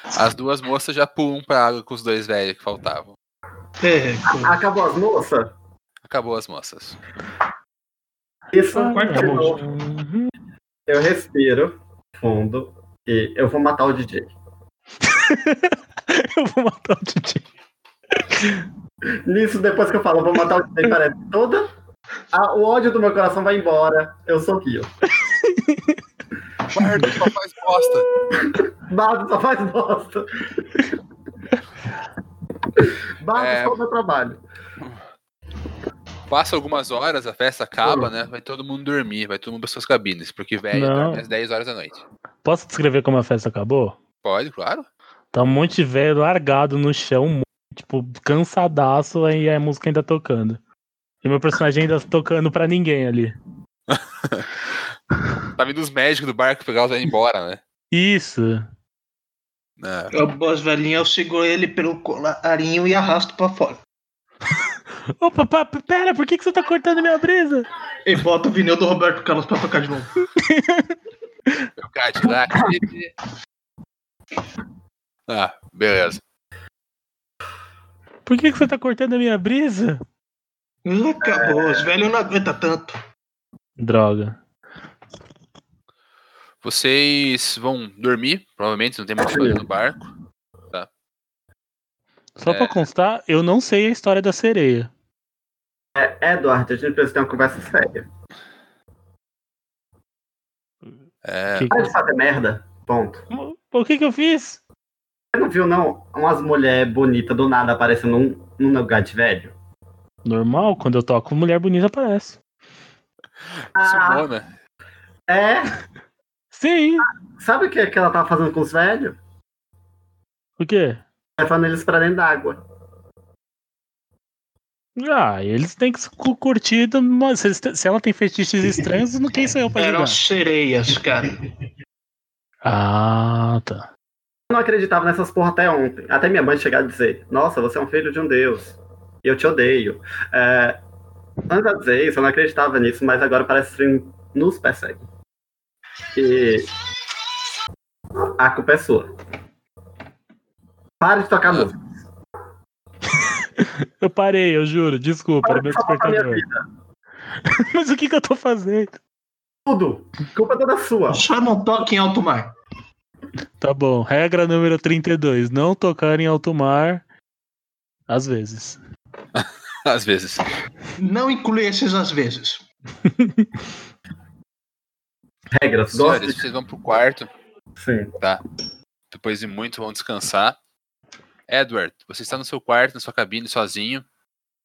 As duas moças já pulam pra água com os dois velhos que faltavam. É, com- Acabou as moças? Acabou as moças. Isso Ah, continuou. uhum. Eu respiro fundo e eu vou matar o DJ. Eu vou matar o Titi. Nisso, depois que eu falo, eu vou matar o DJ, parece toda. a- o ódio do meu coração vai embora. Eu sorrio. Guarda, só faz bosta. Bardo só faz bosta. Bardo É. só dá trabalho. Passa algumas horas, a festa acaba, né? Vai todo mundo dormir, vai todo mundo para suas cabines, porque velho Não. dorme às 10 horas da noite. Posso descrever como a festa acabou? Pode, claro. Tá um monte de velho largado no chão, tipo, cansadaço, aí a música ainda tocando. E meu personagem ainda tocando pra ninguém ali. Tá vindo os médicos do barco pegar os velhos e ir embora, né? Isso. É. com as boas velhinhas, eu seguro ele pelo colarinho e arrasto pra fora. Opa, pa- pera, por que, que você tá cortando minha brisa? E bota o vinil do Roberto Carlos pra tocar de novo. Eu caio lá. e- Ah, beleza. Por que, que você tá cortando a minha brisa? Ih, Acabou, os velhos não aguentam tanto. Droga. Vocês vão dormir, provavelmente, não tem muito o que fazer no barco. Só É. pra constar, eu não sei a história da sereia. É, Eduardo, a gente precisa ter uma conversa séria. É, Que- Para de fazer merda. Ponto. O que que eu fiz? Você não viu, não? Umas mulheres bonitas do nada aparecendo num, num lugar de velho? Normal, quando eu toco, mulher bonita aparece. Ah, Simona, é? Sim. Sabe o que, que ela tava fazendo com os velhos? O quê? Levando eles pra dentro d'água. Ah, eles têm que se cu- curtir. do- Mas se, eles te- se ela tem fetiches estranhos, não quem sou É, eu pra julgar? Eram sereias, cara. Ah, tá. Eu não acreditava nessas porra até ontem. Até minha mãe chegar a dizer: Nossa, você é um filho de um deus. E eu te odeio. É, antes de dizer isso, eu não acreditava nisso, mas agora parece que nos persegue. E. A culpa é sua. Para de tocar música. Eu parei, eu juro. Desculpa, Para era de meu falar pra minha despertador. vida. Mas o que que eu tô fazendo? Tudo. Culpa é toda sua. Só não toque em alto mar. Tá bom. Regra número 32. Não tocar em alto mar. Às vezes. Ah. às vezes. Não inclui esses às vezes. Regras. Gosto Senhores, de... vocês vão pro quarto. Sim. depois de muito vão descansar. Edward, você está no seu quarto, na sua cabine, sozinho.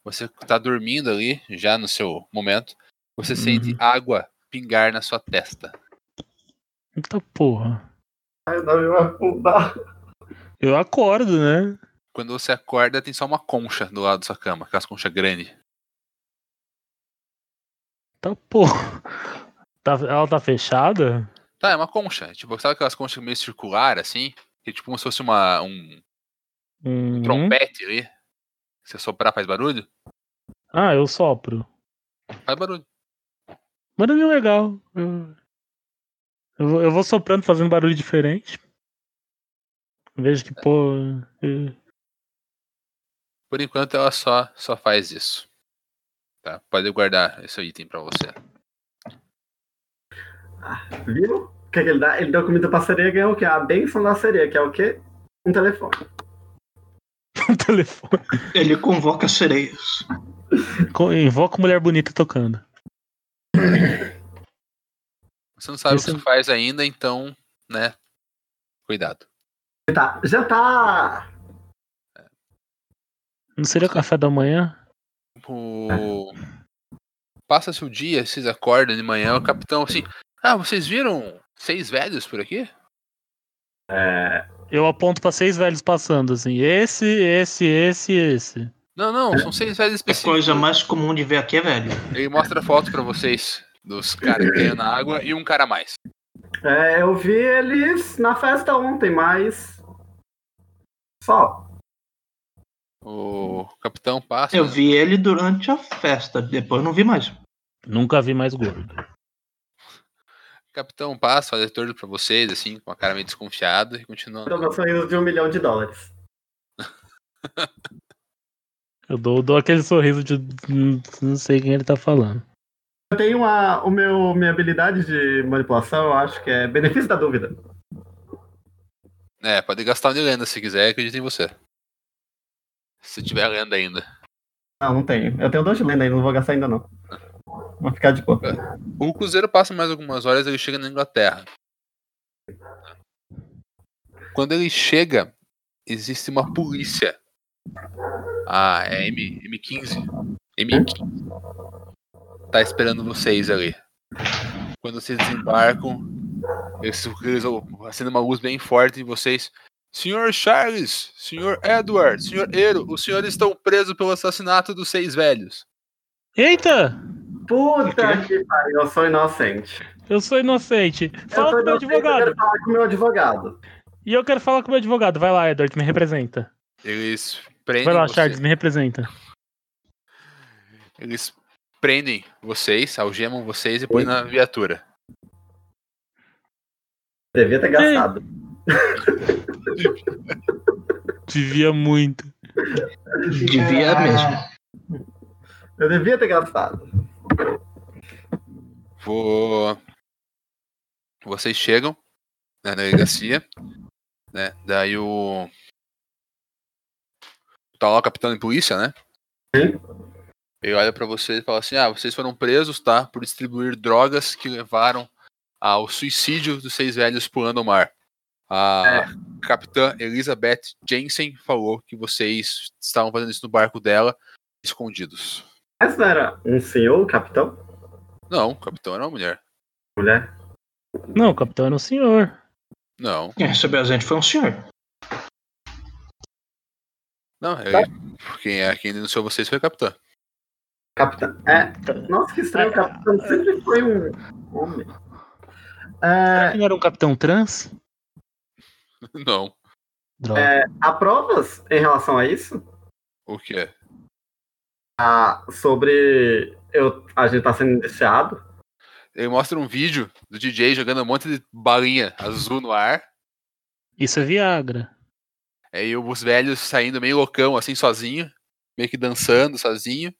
Você está dormindo ali, já no seu momento. Você sente água pingar na sua testa. Eita porra. Ai, não, eu ia afundar. Eu acordo, né? Quando você acorda, tem só uma concha do lado da sua cama, aquelas conchas grandes. Tá porra. Tá- ela tá fechada? Tá, é uma concha. Tipo, sabe aquelas conchas meio circular, assim? Que é tipo como se fosse uma, um Uhum. trompete ali. Se você soprar, faz barulho? Ah, eu sopro. Faz barulho. Barulho legal. Eu, eu vou- eu vou soprando, fazendo barulho diferente. Vejo que, pô. eh, Por enquanto, ela só, só faz isso. Tá, pode guardar esse item pra você. Viu? que, que ele dá? Ele deu comida pra sereia e ganhou o quê? A benção da sereia, que é o quê? Um telefone. no telefone. Ele convoca sereias. Co- Invoca mulher bonita tocando. Você não sabe Isso- o que você faz ainda, então, né? Cuidado. Tá, já tá. Não seria o café da manhã? O... Passa-se o dia, vocês acordam de manhã, o capitão assim. Ah, vocês viram seis velhos por aqui? É, Eu aponto pra seis velhos passando, assim. Esse, esse, esse, esse. Não, não, É. são seis velhos A específicos. É coisa mais comum de ver aqui é velho. Ele mostra a foto pra vocês dos caras que caiu na água e um cara a mais. é, eu vi eles na festa ontem, mas. Só. O capitão passa. Eu vi ele durante a festa, depois não vi mais. Nunca vi mais gordo. O capitão passa, faz retorno pra vocês, assim, com a cara meio desconfiada e continua. Tô meu sorriso de um milhão de dólares. Eu dou, dou aquele sorriso de. hum, Não sei quem ele tá falando. Eu tenho a, o meu, minha habilidade de manipulação, eu acho que é benefício da dúvida. É, pode gastar um de lenda se quiser, acredito em você. Se tiver lenda ainda. Não, não tenho. Eu tenho dois de lenda ainda, não vou gastar ainda não. Vou ficar de boa. O cruzeiro passa mais algumas horas ele chega na Inglaterra. Quando ele chega, existe uma polícia. Ah, é M, M15. M15. Tá esperando vocês ali. Quando vocês desembarcam, eles, eles acendem uma luz bem forte e vocês. Senhor Charles, senhor Edward, senhor Eero, os senhores estão presos pelo assassinato dos seis velhos. Eita! Puta que pariu, eu sou inocente. Eu sou inocente. eu Fala sou com meu inocente, Eu advogado. quero falar com o meu advogado. E eu quero falar com meu advogado. Vai lá, Edward, me representa. Eles prendem. Vai lá, vocês. Charles, me representa. Eles prendem vocês, algemam vocês e põem na viatura. Devia ter gastado. Devia muito. Devia mesmo. Eu devia ter gastado. Vou... Vocês chegam na delegacia, né? Daí o. Tá lá o capitão de polícia, né? Sim. Ele olha pra vocês e fala assim: Ah, vocês foram presos, tá? Por distribuir drogas que levaram ao suicídio dos seis velhos pulando ao mar. A capitã Elizabeth Jensen falou que vocês estavam fazendo isso no barco dela, escondidos. Essa não era um senhor, capitão? Não, o capitão era uma mulher. Mulher? Não, o capitão era um senhor. Não. Quem recebeu a gente foi um senhor. Não, eu, quem, é, quem denunciou vocês foi o capitão. Capitão. É. Nossa, que estranho, o capitão sempre foi um homem. É, Ele não era um capitão trans? Não. Droga. É. há provas em relação a isso? O quê? Ah, sobre eu, a gente tá sendo indiciado? Ele mostra um vídeo do DJ jogando um monte de balinha azul no ar. Isso é Viagra. Aí os velhos saindo meio loucão, assim, sozinho. Meio que dançando sozinho.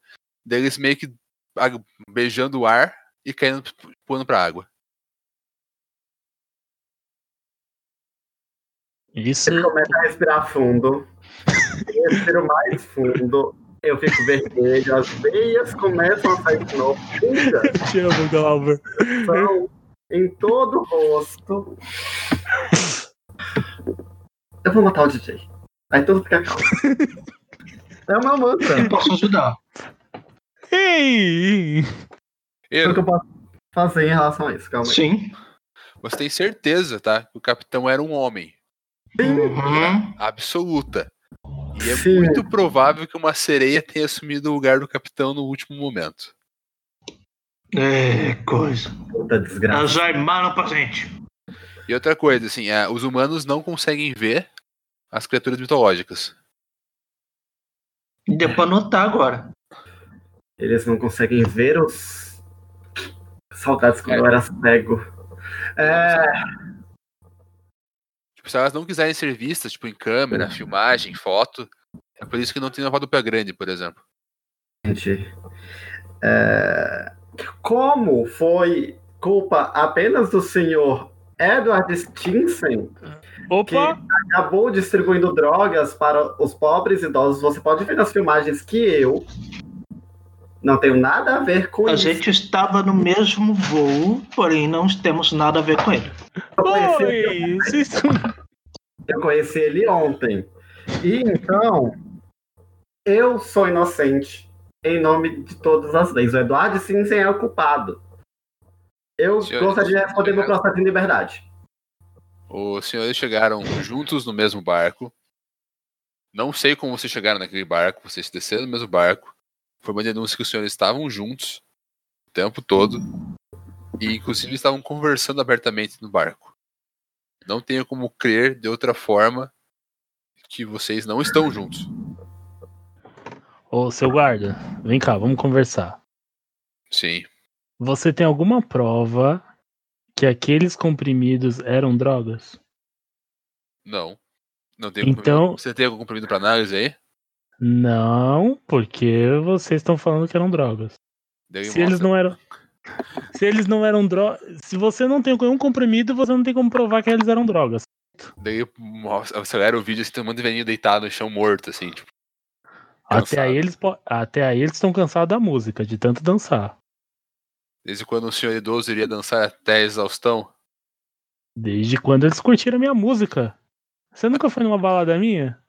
Daí eles meio que ag- beijando o ar e caindo, pulando pra água. Isso. é Ele começa a respirar fundo. Eu respiro mais fundo. Eu fico vermelho, as veias começam a sair de novo. Pingas Eu te amo, Galber. são em todo o rosto. Eu vou matar o DJ. Aí todo fica calmo. É uma mantra. Eu posso ajudar. Ei! É o Eu, que eu posso fazer em relação a isso, calma aí. Sim. você tem certeza, tá? Que o capitão era um homem. Uhum. Absoluta. E é Sim. muito provável que uma sereia tenha assumido o lugar do capitão no último momento. É coisa. Puta desgraça. Elas armaram pra gente. E outra coisa, assim, é, os humanos não conseguem ver as criaturas mitológicas. E Deu pra notar agora. Eles não conseguem ver os. Saudades quando eu era cego. É, Tipo, se elas não quiserem ser vistas, tipo, em câmera, filmagem, foto, é por isso que não tem uma rodopia grande, por exemplo. gente. É, como foi culpa apenas do senhor Edward Stinson Opa! acabou distribuindo drogas para os pobres idosos. Você pode ver nas filmagens que eu não tenho nada a ver com A isso. gente estava no mesmo voo, porém não temos nada a ver com ele. Eu conheci Oi! Vocês estão- Eu conheci ele ontem. E então, eu sou inocente em nome de todas as leis. O Eduardo Sinsen é o culpado. Eu Senhores, gostaria de responder meu processo de liberdade. Os senhores chegaram juntos no mesmo barco. Não sei como vocês chegaram naquele barco, vocês desceram no mesmo barco. Foi uma denúncia que os senhores estavam juntos o tempo todo. E inclusive estavam conversando abertamente no barco. Não tenho como crer de outra forma que vocês não estão juntos. Ô, seu guarda, vem cá, vamos conversar. Sim. Você tem alguma prova que aqueles comprimidos eram drogas? Não. Não tem comprimido. Então- Você tem algum comprimido para análise aí? Não, porque vocês estão falando que eram drogas. Daí Se eles mostra. não eram. Se eles não eram drogas. Se você não tem nenhum comprimido, você não tem como provar que eles eram drogas. Daí mostra, acelera o vídeo, assim, todo mundo vem deitado no chão morto, assim, tipo. Até cansado. aí, eles po- Até aí eles estão cansados da música, de tanto dançar. Desde quando o senhor idoso iria dançar até a exaustão? Desde quando eles curtiram a minha música. Você nunca foi numa balada minha?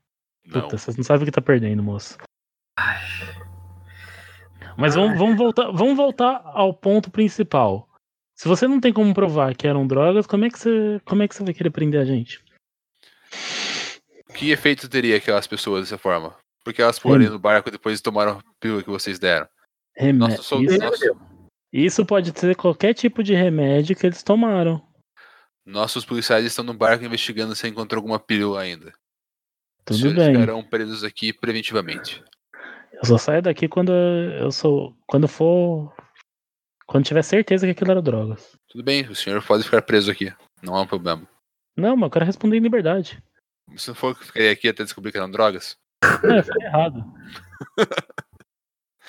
Não. Puta, vocês não sabem o que tá perdendo, moço. Mas vamos, vamos voltar, vamos voltar ao ponto principal. Se você não tem como provar que eram drogas, como é que você, como é que você vai querer prender a gente? Que efeito teria aquelas pessoas dessa forma? Porque elas foram no barco depois e tomaram a pílula que vocês deram. Remé- Nossa, sou- isso, nossa- isso pode ser qualquer tipo de remédio que eles tomaram. nossos policiais estão no barco investigando se encontrou alguma pílula ainda. Os Tudo senhores bem. ficarão presos aqui preventivamente. Eu só saio daqui quando eu sou, quando for, quando tiver certeza que aquilo era drogas. Tudo bem, o senhor pode ficar preso aqui. Não há um problema. Não, mas eu quero responder em liberdade. Se não for, eu ficaria aqui até descobrir que eram drogas. É, eu fiquei errado.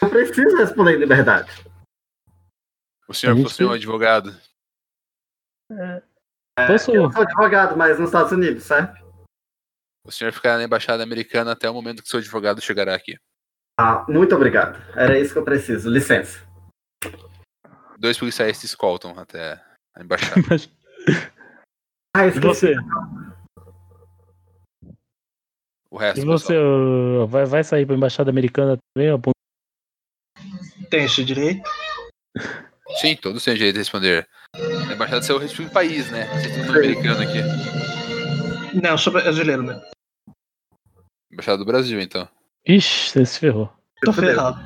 Eu preciso responder em liberdade. O senhor A gente fosse meu tem- advogado. Posso? É, Eu sou advogado, mas nos Estados Unidos, certo? O senhor ficará na embaixada americana até o momento que seu advogado chegará aqui. Ah, muito obrigado. Era isso que eu preciso. Licença. Dois policiais te escoltam até a embaixada. Mas- Ah, E esqueci. você? O resto, E pessoal. você ô, vai, vai sair pra embaixada americana também? ô, ponto- Tem esse direito? Sim, todos têm direito de responder. A embaixada do seu respectivo país, né? Vocês estão americano aqui. Não, eu sou brasileiro né? mesmo. Embaixada do Brasil, então. Ixi, você se ferrou. Tô Fudeu. ferrado.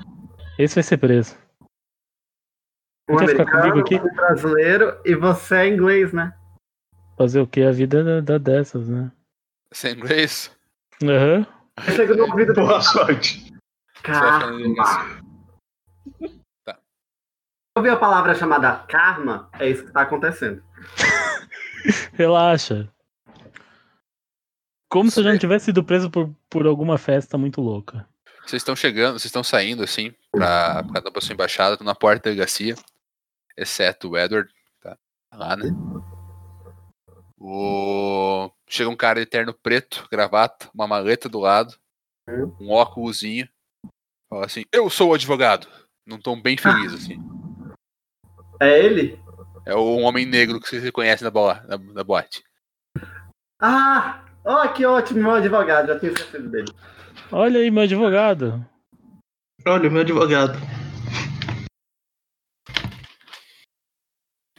Esse vai ser preso. Um Quer ficar americano, comigo um brasileiro e você é inglês, né? Fazer o quê? A vida dá, dá dessas, né? Sem inglês? Aham. Eu chego no ouvido do Boa sorte. Você vai ficar cara. no inglês. Ouviu a palavra chamada karma? É isso que está acontecendo. Relaxa. Como se eu já não tivesse sido preso por, por alguma festa muito louca. Vocês estão chegando, vocês estão saindo, assim, pra, pra, pra sua embaixada, estão na porta da delegacia. Exceto o Edward, tá lá, né? O... Chega um cara de terno preto, gravata, uma maleta do lado, um óculosinho. Fala assim, eu sou o advogado. Num tom bem feliz, assim. É ele? É um homem negro que vocês reconhecem na, bola, na, na boate. Ah! Oh, que ótimo, meu advogado. Já tinha esquecido dele. Olha aí, meu advogado. Olha, o meu advogado.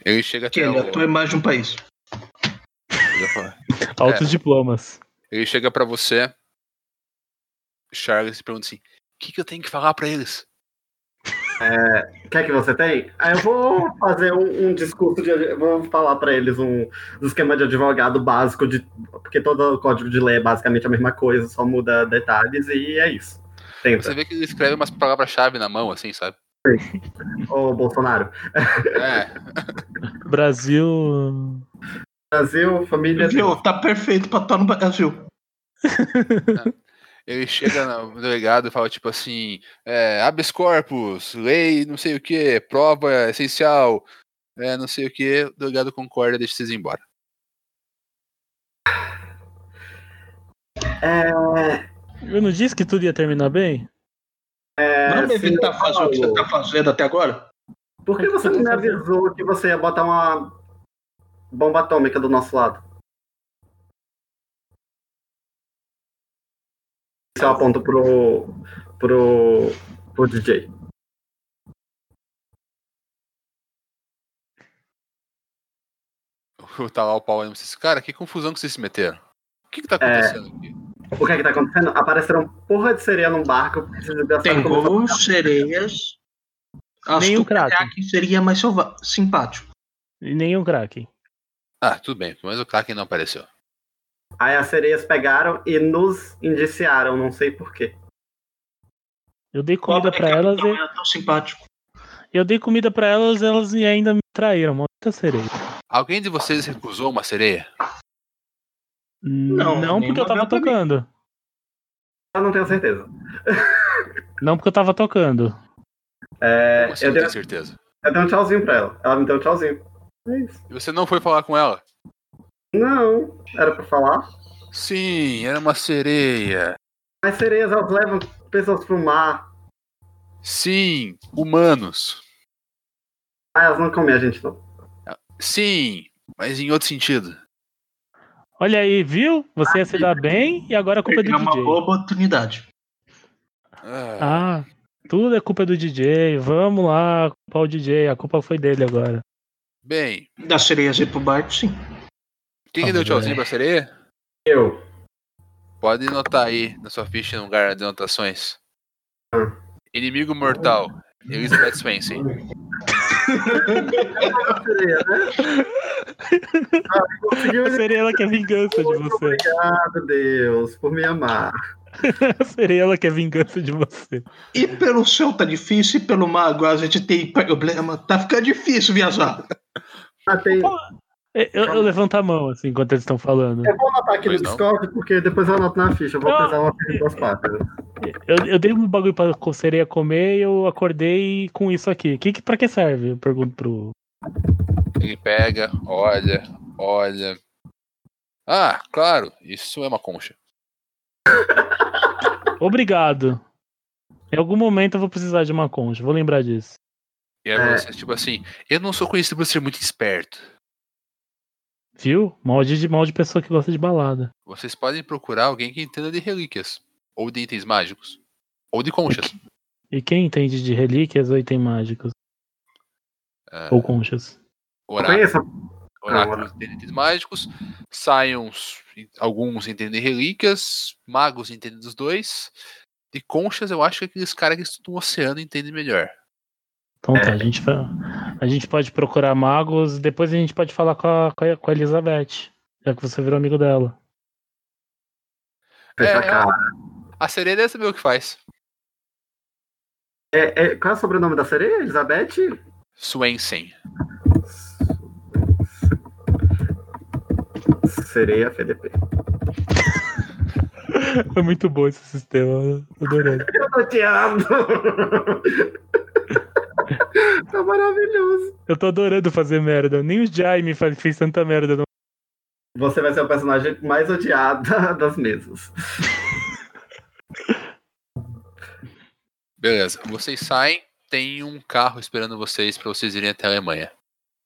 Ele chega Que até ele o... atua em mais de um país. Eu ia falar. É, Altos É. diplomas. Ele chega pra você, Charles, e pergunta assim: o que, que eu tenho que falar pra eles? Quer que você tem? Ah, eu vou fazer um, um discurso de. eu Vou falar para eles um, um esquema de advogado básico, de, porque todo o código de lei é basicamente a mesma coisa, só muda detalhes e é isso. Você Tenta. vê que ele escreve umas palavras-chave na mão, assim, sabe? Ô, Bolsonaro. É, Brasil. Brasil, família. Viu? Tá perfeito pra estar no Brasil. ele chega na- no delegado e fala tipo assim: é, habeas corpus, lei, não sei o é, que, prova essencial, é, não sei o que. O delegado concorda e deixa vocês ir embora. Eu não disse que tudo ia terminar bem? É, Não devia senhor estar fazendo o que você Paulo, tá fazendo até agora? Por que você não me avisou que você ia botar uma bomba atômica do nosso lado? Isso eu aponto é pro, pro, pro DJ. Tá lá o pau aí, vocês, cara, que confusão que vocês se meteram. O que que tá acontecendo aqui? O que é que tá acontecendo? Apareceram porra de sereia num barco. Precisa de Tem gols, sereias. Acho Nenhum que o craque. craque seria mais sova- simpático. E nenhum Kraken. Ah, tudo bem, mas o Kraken não apareceu. Aí as sereias pegaram e nos indiciaram, não sei porquê. Eu dei comida pra elas Não e era tão simpático. eu dei comida para elas, elas e ainda me traíram. Maldita sereia. Alguém de vocês recusou uma sereia? Não, não Não, porque eu nenhuma tava dela também. tocando. Eu não tenho certeza. Não porque eu tava tocando. É, Como assim, eu, não dei, tenho certeza. eu dei um tchauzinho pra ela. Ela me deu um tchauzinho. É isso. E você não foi falar com ela? Não, era pra falar. Sim, era uma sereia. As sereias elas levam pessoas pro mar. Sim, humanos. Ah, elas não comem a gente, não. Sim, mas em outro sentido. Olha aí, viu? Você ia se dar bem e agora a culpa é do Perdeu uma DJ. boa oportunidade. Ah, Ah, tudo é culpa do DJ. Vamos lá, culpa o DJ. A culpa foi dele agora. Bem, Das sereias ir pro barco, sim. quem que Ah, deu mas tchauzinho pra sereia? Eu. Pode anotar aí na sua ficha no lugar de anotações. Inimigo mortal, Elizabeth Swensen. Sereia, né? Ah, conseguiu A ele. sereia ela quer vingança de você. Obrigado, Deus, por me amar. A sereia ela quer vingança de você. E pelo céu tá difícil, e pelo mar agora a gente tem problema. Tá ficando difícil viajar. Ah, tem... É, Eu, eu levanto a mão, assim, enquanto eles estão falando. Eu vou anotar tá, aqui no Pois não. Discord, porque depois eu anoto na ficha. Eu vou Não. pesar uma ficha em duas partes. Eu, eu dei um bagulho pra co- sereia comer e eu acordei com isso aqui. Que, que, pra que serve? Eu pergunto pro. Ele pega, olha, olha. Ah, claro, isso é uma concha. Obrigado. Em algum momento eu vou precisar de uma concha, vou lembrar disso. E aí É. você, tipo assim, eu não sou conhecido por ser muito esperto. Viu? Mal de, mal de pessoa que gosta de balada. Vocês podem procurar alguém que entenda de relíquias, ou de itens mágicos, ou de conchas. E quem entende de relíquias ou itens mágicos? Ah, Ou conchas? Eu orá- conheço. oráculos entendem itens mágicos, saions, alguns entendem relíquias, magos entendem dos dois. De conchas, eu acho que aqueles caras que estudam o oceano entendem melhor. Então tá, a gente, fa- a gente pode procurar magos, depois a gente pode falar com a, com a- com a Elizabeth. Já que você virou amigo dela. Fecha a cara. A sereia deve saber o que faz. É, é, qual é o sobrenome da sereia? Elizabeth? Swensen. Sereia FDP. É muito bom esse sistema, né? adorei. Eu tô te amo. tá maravilhoso. Eu tô adorando fazer merda. Nem o Jaime faz- fez tanta merda. Não. Você vai ser o personagem mais odiado das mesas. Beleza, vocês saem, tem um carro esperando vocês pra vocês irem até a Alemanha.